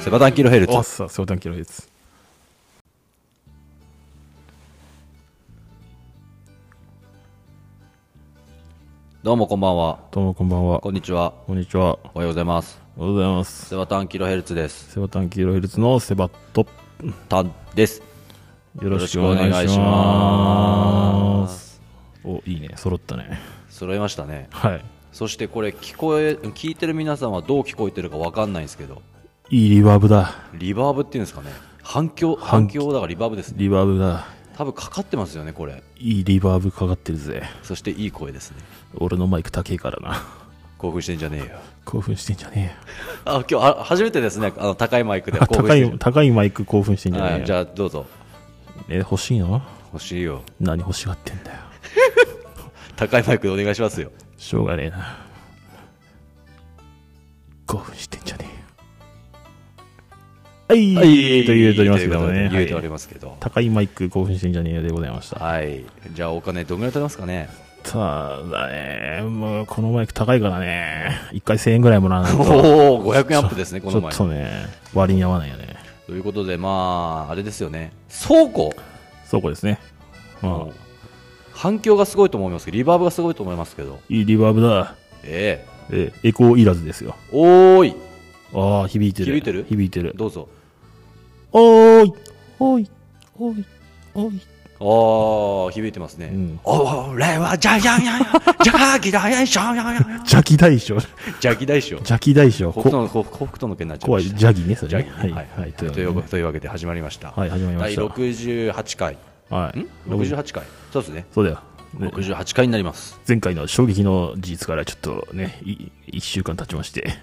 セバタンキロヘルツ。あ、そう、セバタンキロヘルツ。どうもこんばんは。どうもこんばんは。こんにちは。こんにちは。おはようございます。おはようございます。セバタンキロヘルツです。セバタンキロヘルツのセバット。タンです。よよろろししくくおお願願いいししまますす。お、いいね。揃ったね。揃いましたね。はい。そしてこれ聞こえ、聞いてる皆さんはどう聞こえてるかわかんないんですけど、いいリバーブだ。リバーブっていうんですかね。反響、反響だからリバーブですね。リバーブだ。多分かかってますよね、これ。いいリバーブかかってるぜ。そしていい声ですね。俺のマイク高えからな。興奮してんじゃねえよ。興奮してんじゃねあ、今日あ初めてですね、あの高いマイクえでよ。興奮高してんい、じ高いマイク興奮してんじゃゃねえよ。ねはえい、じよ。ゃあどうぞ。え、欲しいの欲しいよ。何欲しがってんだよ。高いマイクでお願いしますよ。しょうがねえな。興奮してんじゃねえよ。はい、と言うとおりますけどもね。言うておりはいますけど。高いマイク興奮してんじゃねえよでございました。はい。じゃあお金どんぐらい取れますかねただね、もうこのマイク高いからね、一回1000円ぐらいもらわ ないおと。おー、500円アップですね、この前ちょ。っとね、割に合わないよね。ということで、まあ、あれですよね。倉庫そうこですね。うん。反響がすごいと思いますけど、リバーブがすごいと思いますけど。いいリバーブだ。ええ、エコーいらずですよ。えおーい。ああ、響いてる。響いてる響いてる。どうぞ。おーい、おい、おい、おい。ああ、響いてますね。ん俺はジャジャンヤンヤン、ジャキ大将ヤンヤンヤン、邪気大将。 ジャキ大将。邪気大将。北こ斗の、北北斗の剣になっちゃい怖まい、した。ジャギね、そジれャギ。ね。はい、はい、はい。とといいううわわけというわけで始まりました。ではい、始まりまし第た。 68回。はい。ん ?68 回。そうですね。そうだよ。ね68回になります。前回の衝撃の事実からちょっとね、い一週間経ちまして、えー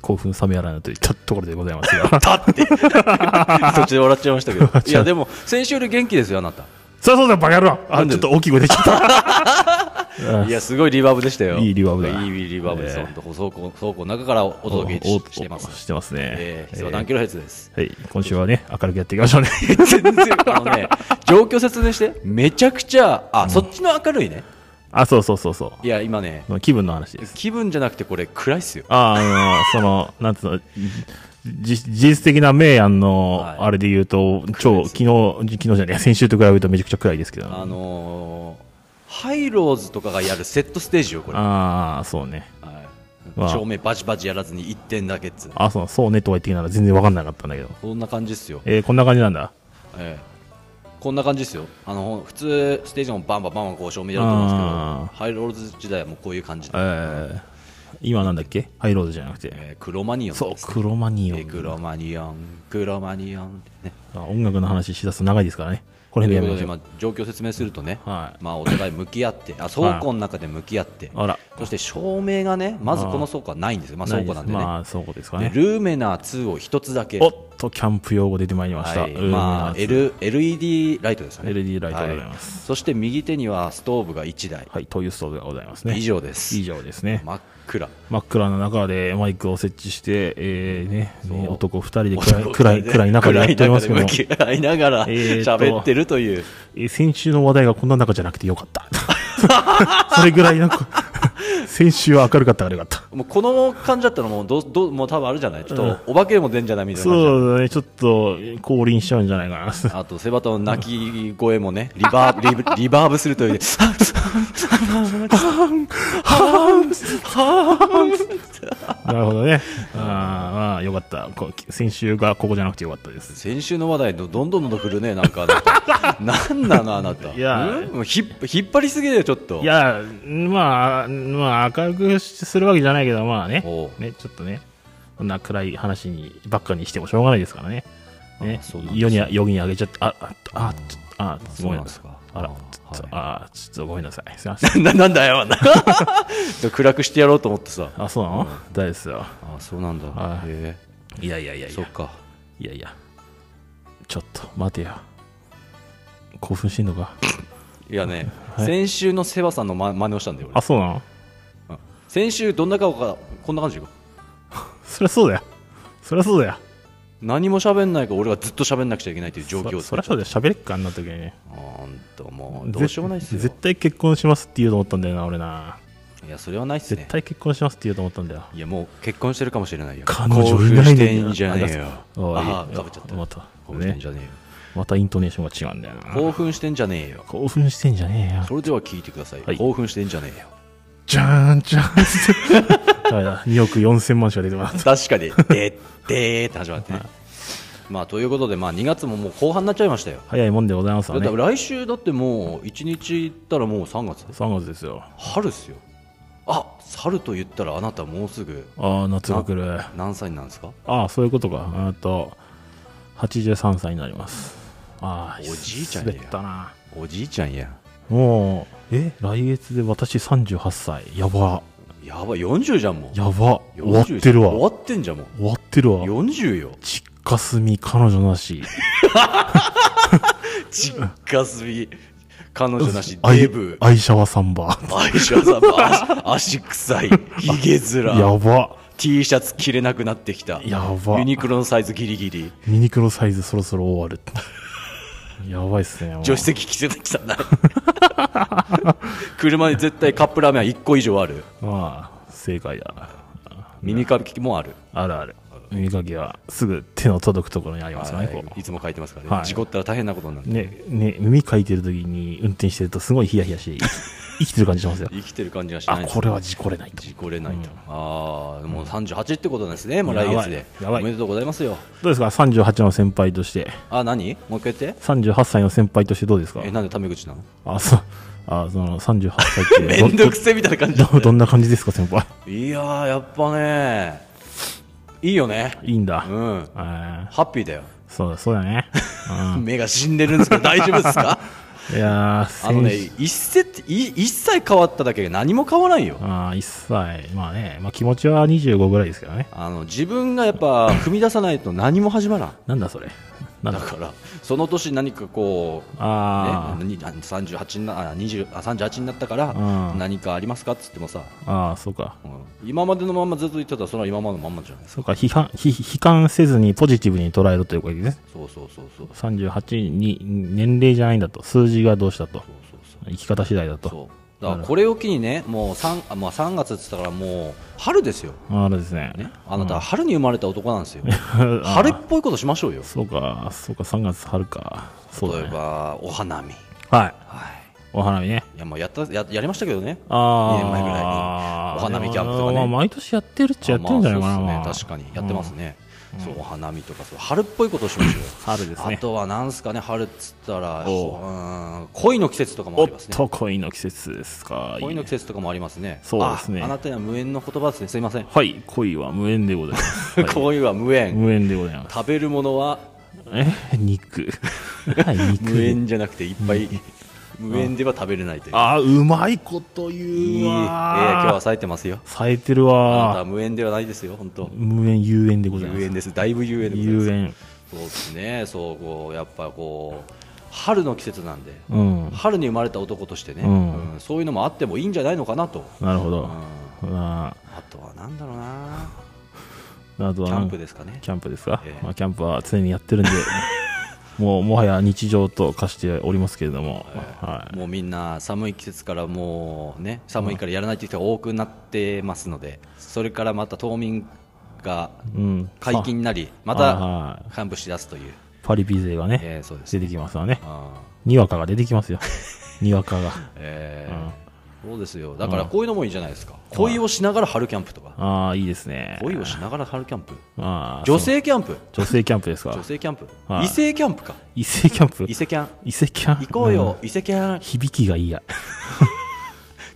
興奮冷めやらぬといったところでございますが。た って。途中で笑っちゃいましたけど。いや、でも、先週より元気ですよ、あなた。さあそうだ、バカ野郎あ、なんちでょっと大きい声出ちゃった。いや、すごいリバーブでしたよ。いいリバーブだいいリバーブです。ええ本当、倉庫、倉庫の中からお届けおおしてますお。してますね。ええ、え必要ー何キロヘルツです。はい、今週はね、明るくやっていきましょうね。全然、あのね、状況説明して。めちゃくちゃ、あ、そっちの明るいね。あ、そうそうそうそいや、今ね、う。気分の話です。気分じゃなくてこれ暗いっすよ。ああの、その、なんつうの、じ事実的な明暗の、はいあれで言うと、暗い超、です昨日、じ昨日じゃねえ、先週と比べるとめちゃくちゃ暗いですけど。あのー、ハイローズとかがやるセットステージよ、これ。はああ、そうね。いまあ照明バチバチやらずに1点だけっつう。あ、そう、そうねとは言ってきなら全然わかんなかったんだけど。そんな感じっすよ。えー、こんな感じなんだ。ええ、こんな感じですよ、あの普通、ステージもバンバンバンバンこう照明やると思うんですけどあ、ハイローズ時代はもうこういう感じえで、ー、今なんだっけハイロードじゃなくて。えー、クロマニオンそうで、す、クロマニオえークン。ロマニオン、クロマニオンってね。あ音楽の話しだすと長いですからね。ことれでいうやこめとましで、ょまう。あ、状況を説明するとね、はいまあ、お互い向き合って、あ倉庫の中で向き合って、あらそして照明がね、まずこの倉庫はないんですよ、まあ、倉庫なんでね、まあ、倉庫ですかでね。ルーメナー2を一つだけ、おっと、キャンプ用語出てまいりました。はういーんまあ、L、LED ライトですよね、 LED ライトでございはますそして右手にはストーブが1台、はい、というストーブがございますね。以上です以上ですね。真っ暗。真っ暗な中でマイクを設置して、えーね、ね男2人で暗い男暗 い暗い中でやっておりますけど暗い中で向き合いながらえーと喋ってるという、えー先週の話題がこんな中じゃなくてよかった。 それぐらいなんか、 先週は明るかったからよかった。もうこの感じだったらもうどうどうもう多分あるじゃないちょっとお化けでも出んじゃないみたいな感じだったそうだね、ちょっと降臨しちゃうんじゃないかな。 あと、セバタの泣き声もね、リバーブ、リブ リバーブするという。なるほ どね。あーまあ、よかった。こ先週がここじゃなくてよかったです。先週の話題ど、どんどんどんどん来るね、なんかあなた。 なんなの、あなた。いやうんもうひっ引っ張りすぎだよ、ちょっと。いや、まあ、まあ、明るくするわけじゃないけど、まあねお、うねちょっとね、こんな暗い話にばっかにしてもしょうがないですからね。ねそうなん、です世に、世にあげちゃって、あ、あ、あ、ちょあ、そうごめなんんなでさすいか。あら、あちょっと、あ、ちょっとごめんなさい。すいませ ん。な、なんだよ、 なちょっと暗くしてやろうと思ってさ。あ、そうなの大丈夫ですよ。あ、そうなんだ。はいへいやいやいやえいそやっ、か。いやいや、ちょっと待てよ。興奮してんのか。いや ね、先週のセバさんのま真似をしたんだよ、あ、そうなの俺。うん先週、どんな顔か、こんな感じか。そりゃそうだよ。そりゃそうだよ。何も喋んないから、俺がずっと喋んなくちゃいけないという状況そそりゃそうだよ。喋れっか、あんな時にね。ほんともう、どうしようもないっすよ。絶対結婚しますって言うと思ったんだよな、俺な。いやそれはないっす絶ね対結婚しますって言うと思ったんだよ。いやもう結婚してるかもしれないよ彼女い興奮ないのにしてんじゃねえよおいああかぶっちゃったまた、興奮してんねじ、ゃねえよまたイントネーションが違うんだよな。興奮してんじゃねえよ興奮してんじゃねえよ。それでは聞いてください、はい興奮してんじゃね えよじゃーん、じゃー ん。ダメだ、2億4千万しか出てこなかっ確かにででーって始まって ねまあということで、まあ、2月ももう後半になっちゃいましたよた。早いもんでございますわねだって。来週だってもう1日行ったらもう3月3月ですよ。春っすよあ春と言ったらあなたもうすぐああ、夏が来る。何歳なんですかああ、そういうことか。あと、83歳になります。ああ、おじいちゃんや滑ったな。おじいちゃんやもう、え来月で私38歳。やば。やばい40じゃんもうやば。終わっ40てるわ。終わってんじゃんも終わってるうわ。 40よ実家住み、彼女なし。実家住み彼女なし愛デブ愛車はサンバ。愛車さんも足足臭いひげ面やば。 T シャツ着れなくなってきたやば。ユニミクロのサイズギリギリニクロサイズそろそろ終わる。やばいっすね。もう助手席着せてきたな 車に絶対カップラーメンは1個以上あるまあ、正解だ。耳かきもあるあるある。耳かきはすぐ手の届くところにありますよね。こいつも書いてますからね、はい事故ったら大変なことになる、うね、ね、耳かいてる時に運転してるとすごいヒヤヒヤして、 生きてる感じしますよ。生きてる感じがしないあ、ですこれは事故れないと。事故れないと、ああもう38ってことなんですね、もう来月でやばいやばいおめでとうございますよどうですか ?38 の先輩として。あ何もう一回言って38歳の先輩としてどうですかえなんでタメ口なのあ、そう。あ、その38歳って めんどくせえみたいな感じだどどどんな感じですか、先輩。いやーやっぱねいいよねいいんだ。うんあーハッピーだよ、そうだ、そうだね。 目が死んでるんですけど大丈夫ですかうん、いやー、あのね先一切い一切変わっただけで何も変わらんよあー一切、まあね、まあ、気持ちは25ぐらいですけどね。あの自分がやっぱ踏み出さないと何も始まらんなんだそれ。なんだだからその年何かこうあね、にあ38になあ20あ38になったからうん何かありますかっつってもさ、ーあー、そうか。うん今までのまんまずっと言ってたらそれは今までのまんまじゃないですかそうか、批判、批批判せずにポジティブに捉えるということですね。そうそうそうそうそう38に年齢じゃないんだと。数字がどうしたと。そうそう生き方次第だと。そうだからこれを機にねもう 3, あ、まあ、3月って言ったからもう春ですよ、あれですね。ね、あなたは春に生まれた男なんですよ あ春っぽいことしましょうよそうか、そうか、3月春か。そうだ例えね。ばお花見はい。はいお花見ね。いやもうやったややりましたけどねあ2年前ぐらいにお花見キャンプとかねまあ、毎年やってるっちゃやってるんじゃないかな。あまあそうっすね確かにやってますね、そうお花見とかそう春っぽいことしましょうよ春ですねあとはなんすかね春っつったらうおうーん恋の季節とかもおあっりますねと、恋の季節ですか。恋の季節。節とかもありますねそうですねああなたには無縁の言葉ですねすいません、はい、恋は無縁でござい ます。はい恋は無縁、無縁でございます。食べるものはえ肉。はい、肉。無縁じゃなくていっぱい無縁では食べれないというあ、うまいこといい言うえー今日はわ。冴えてますよ冴えてるあなたはわ。無縁ではないですよ本当無縁、有縁でございま有す。縁ですだいぶ有縁でございますそ有縁。うですねそうこうやっぱこう春の季節なんでうん。春に生まれた男としてね、うんうんそういうのもあってもいいんじゃないのかなと、なるほうんど。まあとはなんだろうなあ、あキとはャなんンかプですかねキャンプですか、ええまあ、キャンプは常にや ってるんで、もうもはや日常と化しておりますけれども、はい、もうみんな寒い季節からもうね寒いからやらないという人が多くなってますのでそれからまた冬眠がうん、解禁になりまあはたキャンプしだすという、パリピ勢がね、えーそうです出てきますわね、あーにわかが出て きますよ、にわかが。えーそうですよだからこういうのもいいじゃないですか恋をしながら春キャンプとかああ、いいですね。恋をしながら春キャンプまあ、女性キャンプそう女性キャンプですか女、性キャンプはい異性キャンプか異性キャンプ、異性キャン異性キャン行こうよ、ん伊勢ン響きがい いや、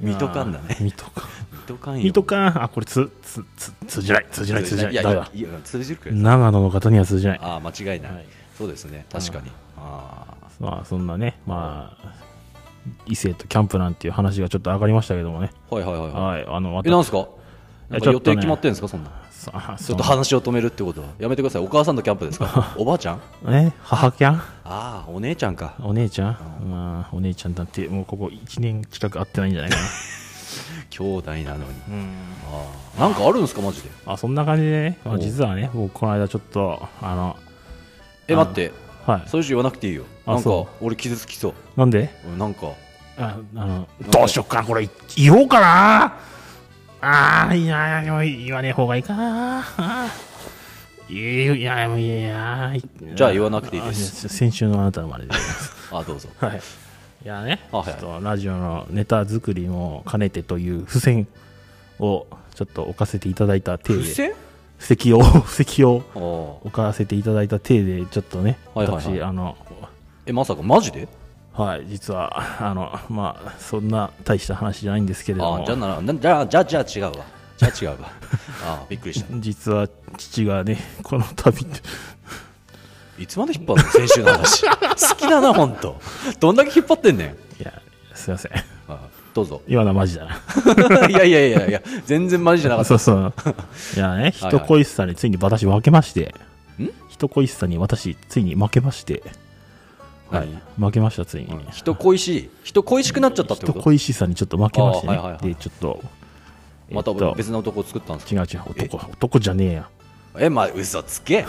水戸館だね。水戸か、水戸館よ。水戸か、あ、これつ、つ、つ、通じない、通じない、通じない、いやいダメだや、いや通じるくらい。長野の方には通じない。ああ、間違いない,、はいそうですね、確かに。ああ、まあそんなね、まあ、異性とキャンプなんていう話がちょっと上がりましたけどもね。はいはいはい。はい、はい、あの、まえ、たなんすかなんかちょ予っと定ね決まってるんですか、そんな。さちょそっのと話を止めるってことは。やめてください。お母さんのキャンプですかおばあちゃんあえ母キャンあ、お姉ちゃんか。お姉ちゃんまあ、お姉ちゃんだって、もうここ1年近く会ってないんじゃないか兄弟なのに。な。うんああ、なんかあるんですか、マジで。あ、そんな感じでね、まあお実はね、僕この間ちょっと、あの、え、待って。はい。そういう人言わなくていいよ。あなんかそ、俺傷つきそうなんでうん。なんか、ああの、どうしよっかな、これ、言おうかなああ、いや、いやもう言わねえ方がいいかな。あーいや、いや、もういや、いやじゃあ言わなくていいですあ先週のあなたのあれでございます。あどうぞはい。いやね、ちあょはいっとラジオのネタ作りも兼ねてという付箋をちょっと置かせていただいた体で、付箋布石を、布石をああ置かせていただいた体で、ちょっとね、はいはいはい私、あの、えまさかマジではい、実は、あの、まあ、そんな大した話じゃないんですけれども、あじゃあならなじゃあじゃあじゃあ違うわじゃあ違う わあ びっくりした実は父がね、この旅、いつまで引っ張るの先週の話好きだな本当どんだけ引っ張ってんねんいや、すいません。あどうぞ 今のはマジだな。いやいやいやいや全然マジじゃなかっそうそう。いやね、人恋しさについに私負けまして、たん人恋しさに私ついに負けまして、 はい、負けました、ついに。何人恋しい人恋しくなっちゃったってこ人と恋しさにちょっと負けましてね、あーはいはいはいで、ちょっと、またえっと別の男を作ったんです違かう違う、男、男じゃねえや。えまあ嘘つけ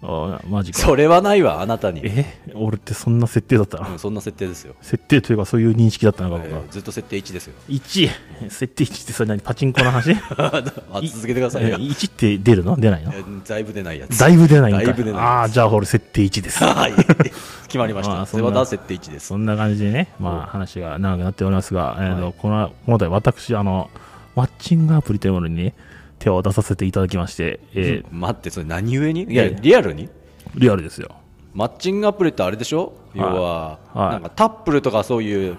あーマジか。それはないわあなたに、え俺ってそんな設定だったの、うん、そんな設定ですよ、設定というかそういう認識だったのかえ僕はーずっと設定1ですよ 1設定1ってそれ何パチンコの話あ続けてくださいよ1って出るの出ないのえーだいぶ出ないやつだいぶ出ないんかだいぶ出ないああじゃあ俺設定1で すはい決まりましまあたそそんれなはだ設定1ですそんな感じでね、まあ、話が長くなっておりますが、えーとこの今回私あのマッチングアプリというものにね手を出させていただきまして、えー待ってそれ何故にいやええリアルにリアルですよマッチングアプリってあれでしょ要は、はいなんかタップルとかそういう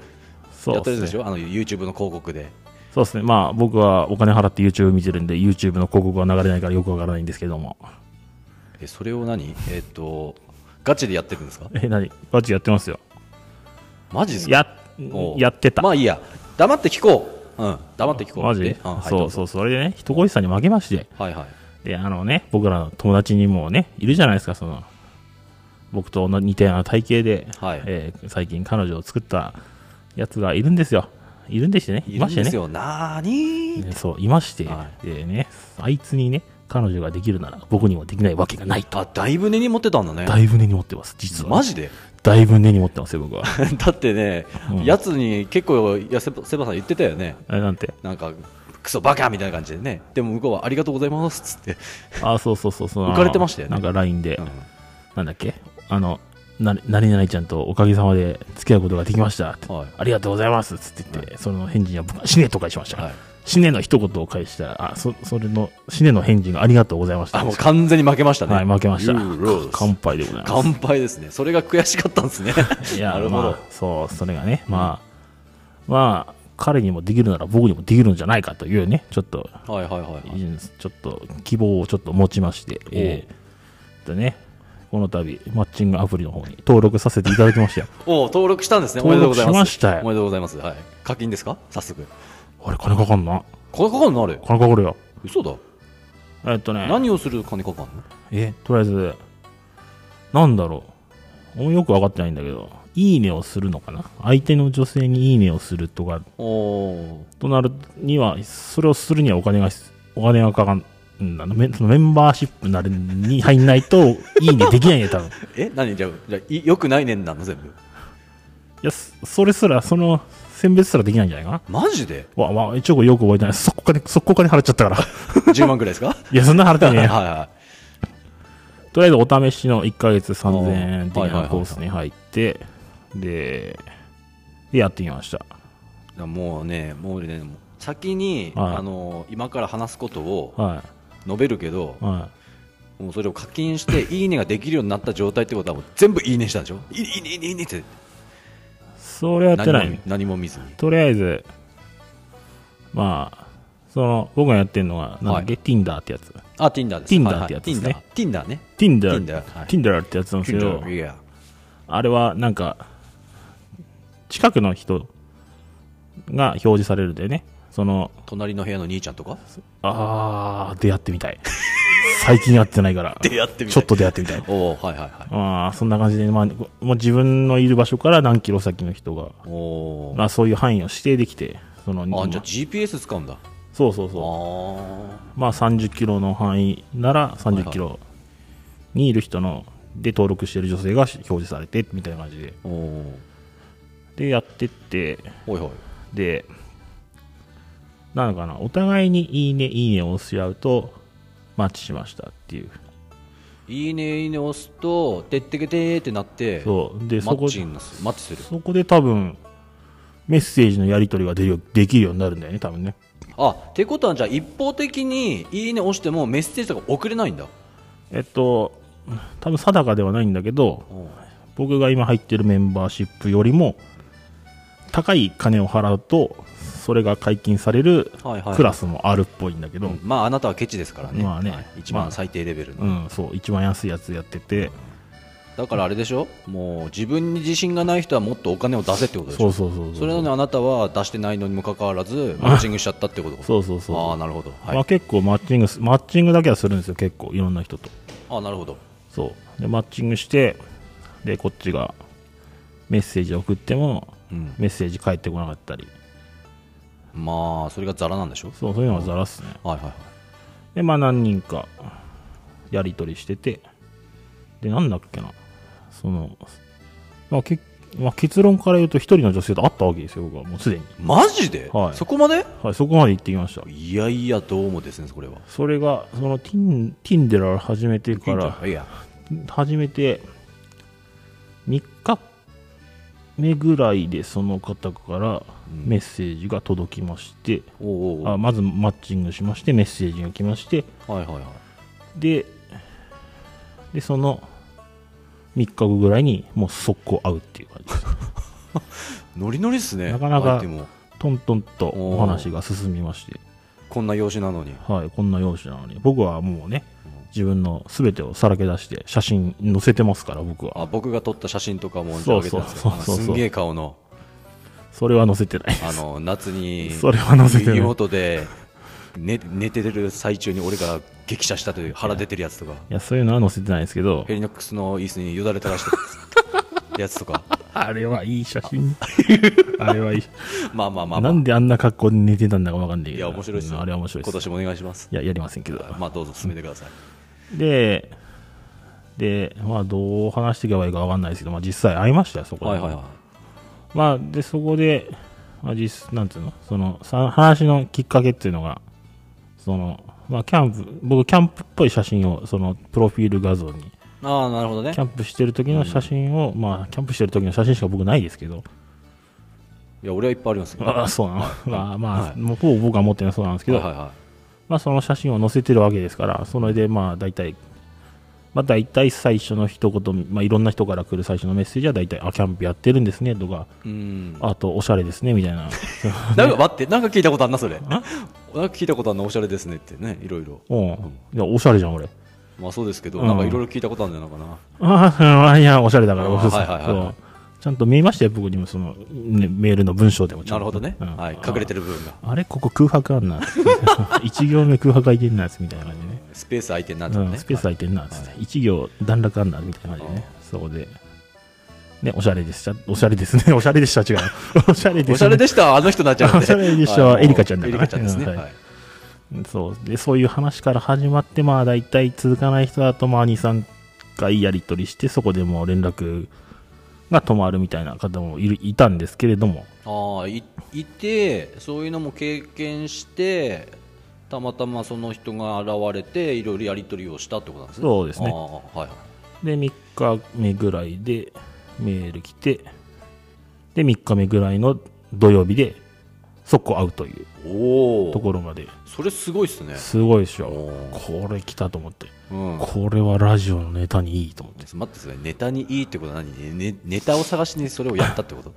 そうやってでるですしねょあの YouTube の広告でそうですねまあ僕はお金払って YouTube 見てるんで YouTube の広告は流れないからよくわからないんですけどもえそれを何えっ、とガチでやってるんですかえ何ガチやってますよマジですかやおうやってたまあいいや黙って聞こううん黙って聞こうマジえあはいそうそう、それでね、人恋しさに負けまして、はいはいで、あのね、僕らの友達にもね、いるじゃないですか、その、僕と同じ似たような体型で、はいえー最近彼女を作ったやつがいるんですよ。いるんでしてね、いいるまんしてでねす。よなーにねそう、いまして、はでね、あいつにね、彼女ができるなら僕にもできないわけがないと。あだいぶ根に持ってたんだねだいぶ根に持ってます、実は。マジで だいぶ根に持ってますよ、僕は。だってね、うんやつに結構やセバセバさん言ってたよねえなんて。なんかクソバカみたいな感じでねでも向こうはありがとうございますっつって、あ、そうそうそうそう。浮かれてましたよねなんか LINE で。 うんなんだっけあの、な、何々ちゃんとおかげさまで付き合うことができましたって、はいありがとうございますっつって言って、その返事には僕は死ねと返しました。はい死ねの一言を返したら、あ、そ、それの、死ねの返事がありがとうございました。あもう完全に負けましたねはい、負けました。 You lose 乾杯でございます。乾杯ですねそれが悔しかったんですねいや、 なるほど、まあそう、それがね、まあ、まあ、彼にもできるなら僕にもできるんじゃないかというね、ちょっと、はいはいはいはいちょっと希望をちょっと持ちまして、えー、とね、この度、マッチングアプリの方に登録させていただきましたよ。お登録したんですねおめで登とうご録ざいましすましたよおめでとうございます、はい、課金ですか早速あれ、金かかんな。これかかるのあれ金かかるよ。嘘だえっとね、何をする金かかんのえ、とりあえず、なんだろう。俺よく分かってないんだけど、いいねをするのかな相手の女性にいいねをするとか、おーとなるには、それをするにはお金が必、お金がかかん、うんだなメンそのメンバーシップなるに入んないと、いいねできないね、 多分。いえ何じゃあじゃあいよくないねんなの全部や、そそれすら、その、選別すらできないんじゃないかなマジでわ、わ、一応よく覚えてない。そこ金、そこ金払っちゃったから。 10万ぐらいですかいや、そんな払ってない はいね。はとりあえずお試しの1ヶ月3000円的はいはいはいはないコースに入って、で、でやってみました。いもうねもうね先に、はいあの今から話すことをは述べるけどい。はもうそれを課金して いいねができるようになった状態ってことはもう全部いいねしたんでしょいいねいいねいいねってい。それやってな何もい。何も見ずにとりあえず、まあ、その、僕がやってるのは、なんだっけ、Tinder ってやつ。あ Tinder です Tinder はいはいってやつですね Tinder Tinder ね Tinder、 Tinder はい Tinder ってやつなんですけど、 Tinder いやあれはなんか、近くの人が表示されるんだよね。その、隣の部屋の兄ちゃんとかあー、出会ってみたい。 最近会ってないから、出会ってみちたょいっと出会ってみたい。おおはいはいはああそんな感じで、まあ、こもう自分のいる場所から何キロ先の人が、いおまあ、そういう範囲を指定できて、そのおあじゃあま GPS 使うんだあそうそうあそーう、まあ、30キロの範囲なら30キロにいる人ので登録している女性が表示されてみたいな感じで、おおでやってって、はいはいで、なのかな、お互いにいいね、いいねを押し合うと、マッチしましたっていう。いいねいいね押すとてってけてーってなってそう。で、マそこッチになすマッチするそこで多分、メッセージのやり取りができるできるようになるんだよね、多分ね。あってことはじゃあ一方的にいいね押してもメッセージとか送れないんだえっと、多分定かではないんだけど、うん僕が今入ってるメンバーシップよりも、高い金を払うと、それが解禁されるはいはいクラスもあるっぽいんだけど、まああなたはケチですからね,、まあねはい一番最低レベルの、うん、そう、一番安いやつやってて、だからあれでしょもう自分に自信がない人はもっとお金を出せってことでしそょうそうそうそれなのにあなたは出してないのにもかかわらずマッチングしちゃったってことかそうそうそうああなるほど、はいまあ、結構マッチングすマッチングだけはするんですよ結構いろんな人とああなるほどそうでマッチングしてでこっちがメッセージ送ってもうんメッセージ返ってこなかったりまあそれがザラなんでしょそうそういうのがザラっすねはいはいはいでまあ何人かやり取りしててでなんだっけなその、まあけまあ、結論から言うと一人の女性と会ったわけですよ僕はもうすでに、マジで、はいそこまではい、そこまで行ってきましたいやいやどうもですねこれはそれがそのティンティンデラを始めてからいいや始めて3日目ぐらいでその方からメッセージが届きまして、おうおうあおまずマッチングしましてメッセージが来ましてうはいはいはいででその3日後ぐらいにもう速攻会うっていう感 じですノリノリっすねなかなか相手もトントンとお話が進みまして、こんな容姿なのにはい、こんな容姿なのに僕はもうね自分の全てをさらけ出して写真載せてますから僕はあ僕が撮った写真とかも上げてたんですよそうそうそうそうあのすんげえ顔のそれは載せてないあの夏にそれは載せてないリモートで寝寝てる最中に俺が激写したという腹出てるやつとかいやそういうのは載せてないですけどヘリノックスの椅子によだれ垂らしてるやつと かあれはいい写真。 あれはいい。まあまあまあ、まなあ、んであんな格好で寝てたんだかわかんないけいど。や面白いですうよんあれは面白いで今年す。もお願いしますいや、やりませんけど。まあどうぞ進めてくださいで、で、まあ、どう話していけばいいかわかんないですけど、まあ、実際会いましたよ、そこで。はいはいはいまあ、で、そこで、まあ、実、なんていうのその、さ話のきっかけっていうのが、その、まあ、キャンプ、僕、キャンプっぽい写真を、その、プロフィール画像に、ああなるほどねキャンプしてる時の写真を、まあ、キャンプしてる時の写真しか僕ないですけど、いや俺はいっぱいありますよああ、そ うなの。まあ、まあ、もうほぼ僕は持ってないそうなんですけど、はいはいはまあ、その写真を載せてるわけですから、それでまあ大体、まあ、大体最初の一言、まあ、いろんな人から来る最初のメッセージは大体、あ、キャンプやってるんですねとか、いうんあと、おしゃれですねみたいな、 なんか待ってなんか聞いたことあんなそれなんか聞いたことあんなおしゃれですねってねいろいろうん、いや、おしゃれじゃん、俺。まあそうですけど、うんなんかいろいろ聞いたことあるんじゃないかなああ、 いや、おしゃれだから、あー僕そうはいはいはいはいそうちゃんと見えましたよ、僕にもその、ね、メールの文章でもちゃなんるほとどね、うんはい、隠れてる部分があれ、ここ空白あんな、1行目空白空いてんなやつみたいな感じでね。スペース空いてんなってね、うん、スペース空いてんなっつって、一行段落あんなみたいな感じでね、そこで、ね、おしゃれでした、おしゃれですね、 おしゃれでした、違う、おしゃれでおししゃた、れでしたあの人になっちゃうんで おしゃれでしたはいエリカちゃんだエかリらカねちゃんですね、うんはいはいそうで、そういう話から始まって、まあ、大体続かない人だと、まあ、2、3回やり取りして、そこでもう連絡が止まるみたいな方もいるいたんですけれども、ああいいてそういうのも経験してたまたまその人が現れていろいろやり取りをしたってことなんですねそうですねああはいはいで、3日目ぐらいでメール来て、で、3日目ぐらいの土曜日で、そこ会うというおとおころまで。それすごいっすねすごいでしょおこれ来たと思ってうんこれはラジオのネタにいいと思って、ちょっと待ってくださいネタにいいってことは何、ね、ネタを探しにそれをやったってことま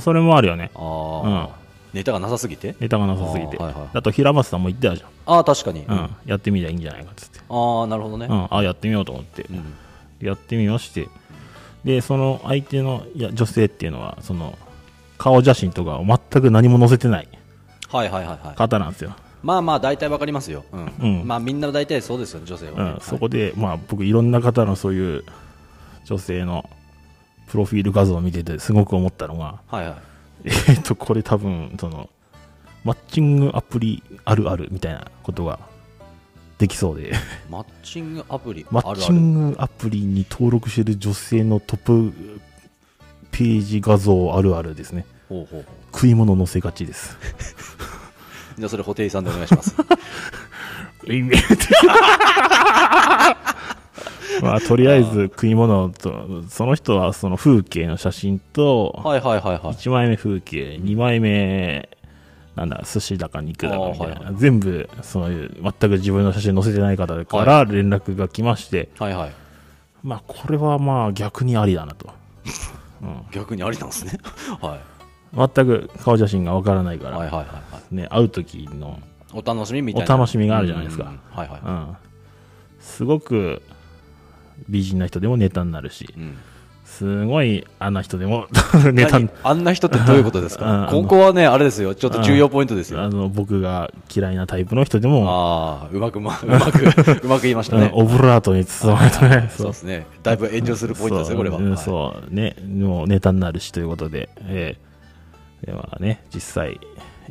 あ、それもあるよねうあんあ、ネタがなさすぎてネタがなさすぎてあーはいはいあと平松さんも言ってたじああ確かに、ゃん、うん、やってみりゃいいんじゃないかっつって、ああなるほどね、うん、あやってみようと思って、うんやってみましてでその相手のいや女性っていうのはその顔写真とかを全く何も載せてないはいはいはいはい方なんですよ、まあまあ大体わかりますよ、うんうんまあみんな大体そうですよね女性はうね、ん、そこで、まあ僕いろんな方のそういう女性のプロフィール画像を見ててすごく思ったのが、はいはいえーっと、これ多分、その、マッチングアプリあるあるみたいなことができそうで、マッチングアプリマあッるチあるングアプリに登録してる女性のトップページ画像あるあるですね。ほうほうほう食い物載せがちです。じゃあそれ、布袋さんでお願いし ます。意味って。 まあ、とりあえず食い物と、その人はその風景の写真と、はいはいはいはい。 1枚目風景、2枚目、なんだ、寿司だか肉だかみたいあーな、はいは全部、そういう、全く自分の写真載せてない方から連絡が来まして、はいはい。まあ、これはまあ逆にありだなと。逆にありなんですね。 は全く顔写真がわからないかい。ら、はいはいはいはい。ね、会う時の、お楽しみみたいな。お楽しみがあるじゃないですかうんうんはいはうん、すごく美人な人でもネタになるしい。、うんすごいあんな人 でもネタに何あんな人ってどういうことですかうんここはね、あれですよ。ちょっと重要ポイントですよ。あの僕が嫌いなタイプの人でも、ああ、うまくま、う まく、うまく言いましたうんね。オブラートに包まれてね、そうですね。だいぶ炎上するポイントですね、これは。うんはいそうね、もうネタになるしということで、えーではね、実際、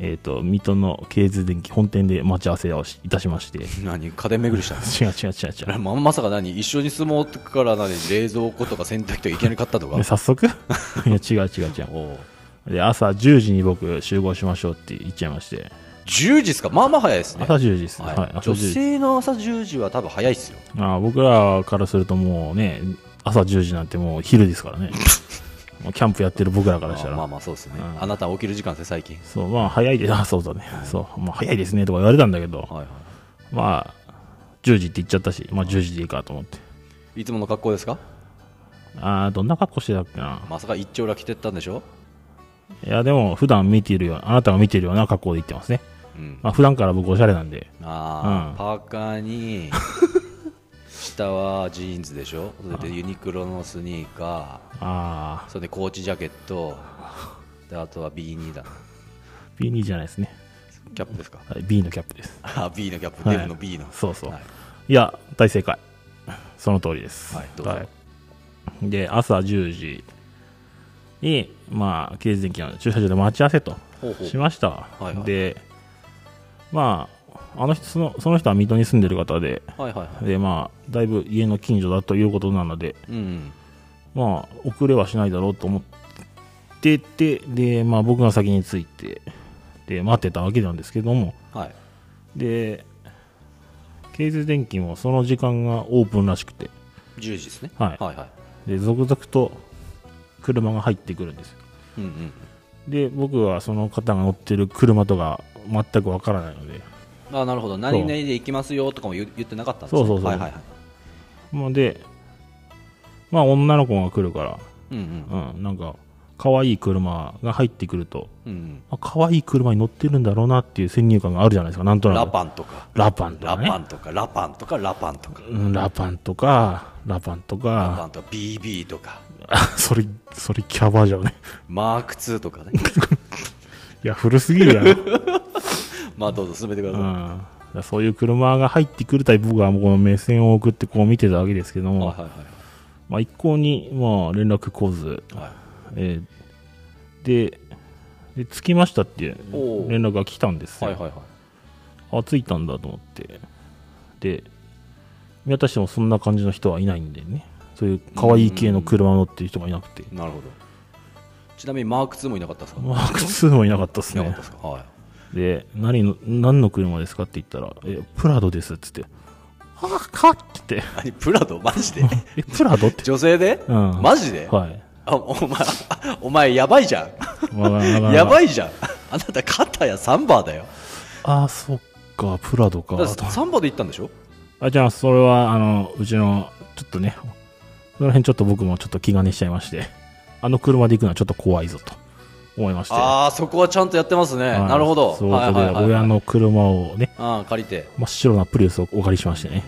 えーと、水戸の経図電機本店で待ち合わせをしいたし まして、違う何家電巡りしたんです違う違う違う。ままさか何一緒に住もうから何冷蔵庫とか洗濯機とかいきなり買ったとかで。早速 いや違う違う違うおうで朝10時に僕集合しましょうって言っちゃいまして10時ですかまあまあ早いですね。朝10時ですね、ははいい朝女10時性の朝10時は多分早いっすよ。まあ僕らからするともうね朝10時なんてもう昼で すからねもうキャンプやってる僕らからしたらまあまあそうですね。うんあなた起きる時間ですね、最近。そうまあ早いであそうだね、そう、まあ、早いですねとか言われたんだけど、はいはまあ10時って言っちゃったし、まあ、10時でいいかと思ってい。いつもの格好ですかああどんな格好してたっけなまさか一丁裏着てったんでしょいやでも普段見ているようなあなたが見ているような格好で行ってますね、うん。まあ、普段から僕おしゃれなんでああ、うんパーカー に下はジーンズでしょそれでユニクロのスニーカあーそれでコーチジャケットであとは B2 だなあ B2 じゃないですねキャップですか はい B のキャップです。あ B のキャップ、はいデブの B のそうそう。はいい、や、大正解。その通りです。はいどうぞいで、朝10時に、まあ、経電機の駐車場で待ち合わせとほうほうしました。いはいで、まあ、あの人その、その人は水戸に住んでる方で、はいはいはいで、まあ、だいぶ家の近所だということなので、うんまあ、遅れはしないだろうと思ってて、で、まあ、僕が先に着いて、で、待ってたわけなんですけども、はいでケイズ電機もその時間がオープンらしくて10時ですね、はいはいはで続々と車が入ってくるんですよいうんうんで僕はその方が乗ってる車とか全くわからないのであーなるほど何々で行きますよとかも言言ってなかったんですねそうそうそうはいはいはいまあでまあ女の子が来るかうんら、うん、なんか可愛い車が入ってくるとうん、うんあ可愛い車に乗ってるんだろうなっていう先入観があるじゃないですかなんうとん、なラくパンとかラパンとラかねパンとかラパンとかラパンとかうんラパンとかラパンとラパかンとか BB とか それそれキャバじゃんねマーク2と かねいや古すぎ るやろまあどうぞ進めてください、うん、そういう車が入ってくるタイプ僕はもうこの目線を送ってこう見てたわけですけども、はいはいまあ、一向にまあ連絡来ず、はい、はい、えーでで着きましたっていうおう連絡が来たんですよ、はいはいはいあ着いたんだと思ってで見渡してもそんな感じの人はいないんでねそういう可愛い系の車を乗ってる人がいなくて、なるほどちなみにマーク2もいなかったですか、まあ普通もいなかったですいなかっねたですかはいで何の何の車ですかって言ったら「えプラドです」っつって「あかっ!」って何プラドマジ でえ、プラドって。女性で、うんマジで、はい。あお前お前やばいじゃわかんやばい。いじゃん あなた肩やサンバーだよあー、そっか、プラドかだか。らサンバーで行ったんでしょあ、じゃあ、それは、あの、うちの、ちょっとね、その辺ちょっと僕もちょっと気兼ねしちゃいまして、あの車で行くのはちょっと怖いぞと思いまして。ああそこはちゃんとやってますねはいなるほどそうはいはいこはいで、親の車をね、あー借りて真っ白なプリウスをお借りしましてね。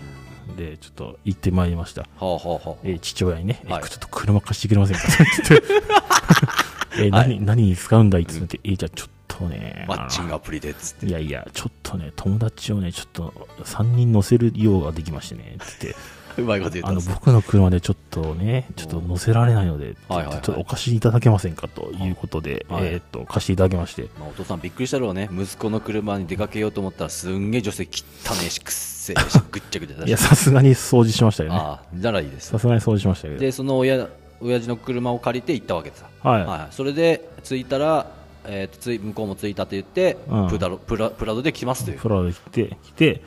で、ちょっと行ってまいりました。はあはあはえー父親にね、えーはいちょっと車貸してくれませんか って言って、えー何、何に使うんだいって言って、えーじゃあちょっとね、あマッチングアプリでっつっていやいや、ちょっとね、友達をね、ちょっと3人乗せる用ができましてね、つ って、うまいこと言ったあんのです僕の車でちょっとね、ちょっと乗せられないので、はいはいはいちょっとお貸しいただけませんかということで、はいえーっと、貸していただきまして、まあ、お父さんびっくりしたろうね息子の車に出かけようと思ったらすんげえ女性汚ねえしくっせ えしぐっちゃぐちゃだいしや、さすがに掃除しましたよね。ああならいいですさすがに掃除しましたけど、でその親親父の車を借りて行ったわけさ、はいはい、それで着いたらえーとつい向こうもついたって言って、うんプラドプラプラドで来ますというプラド来て、来て、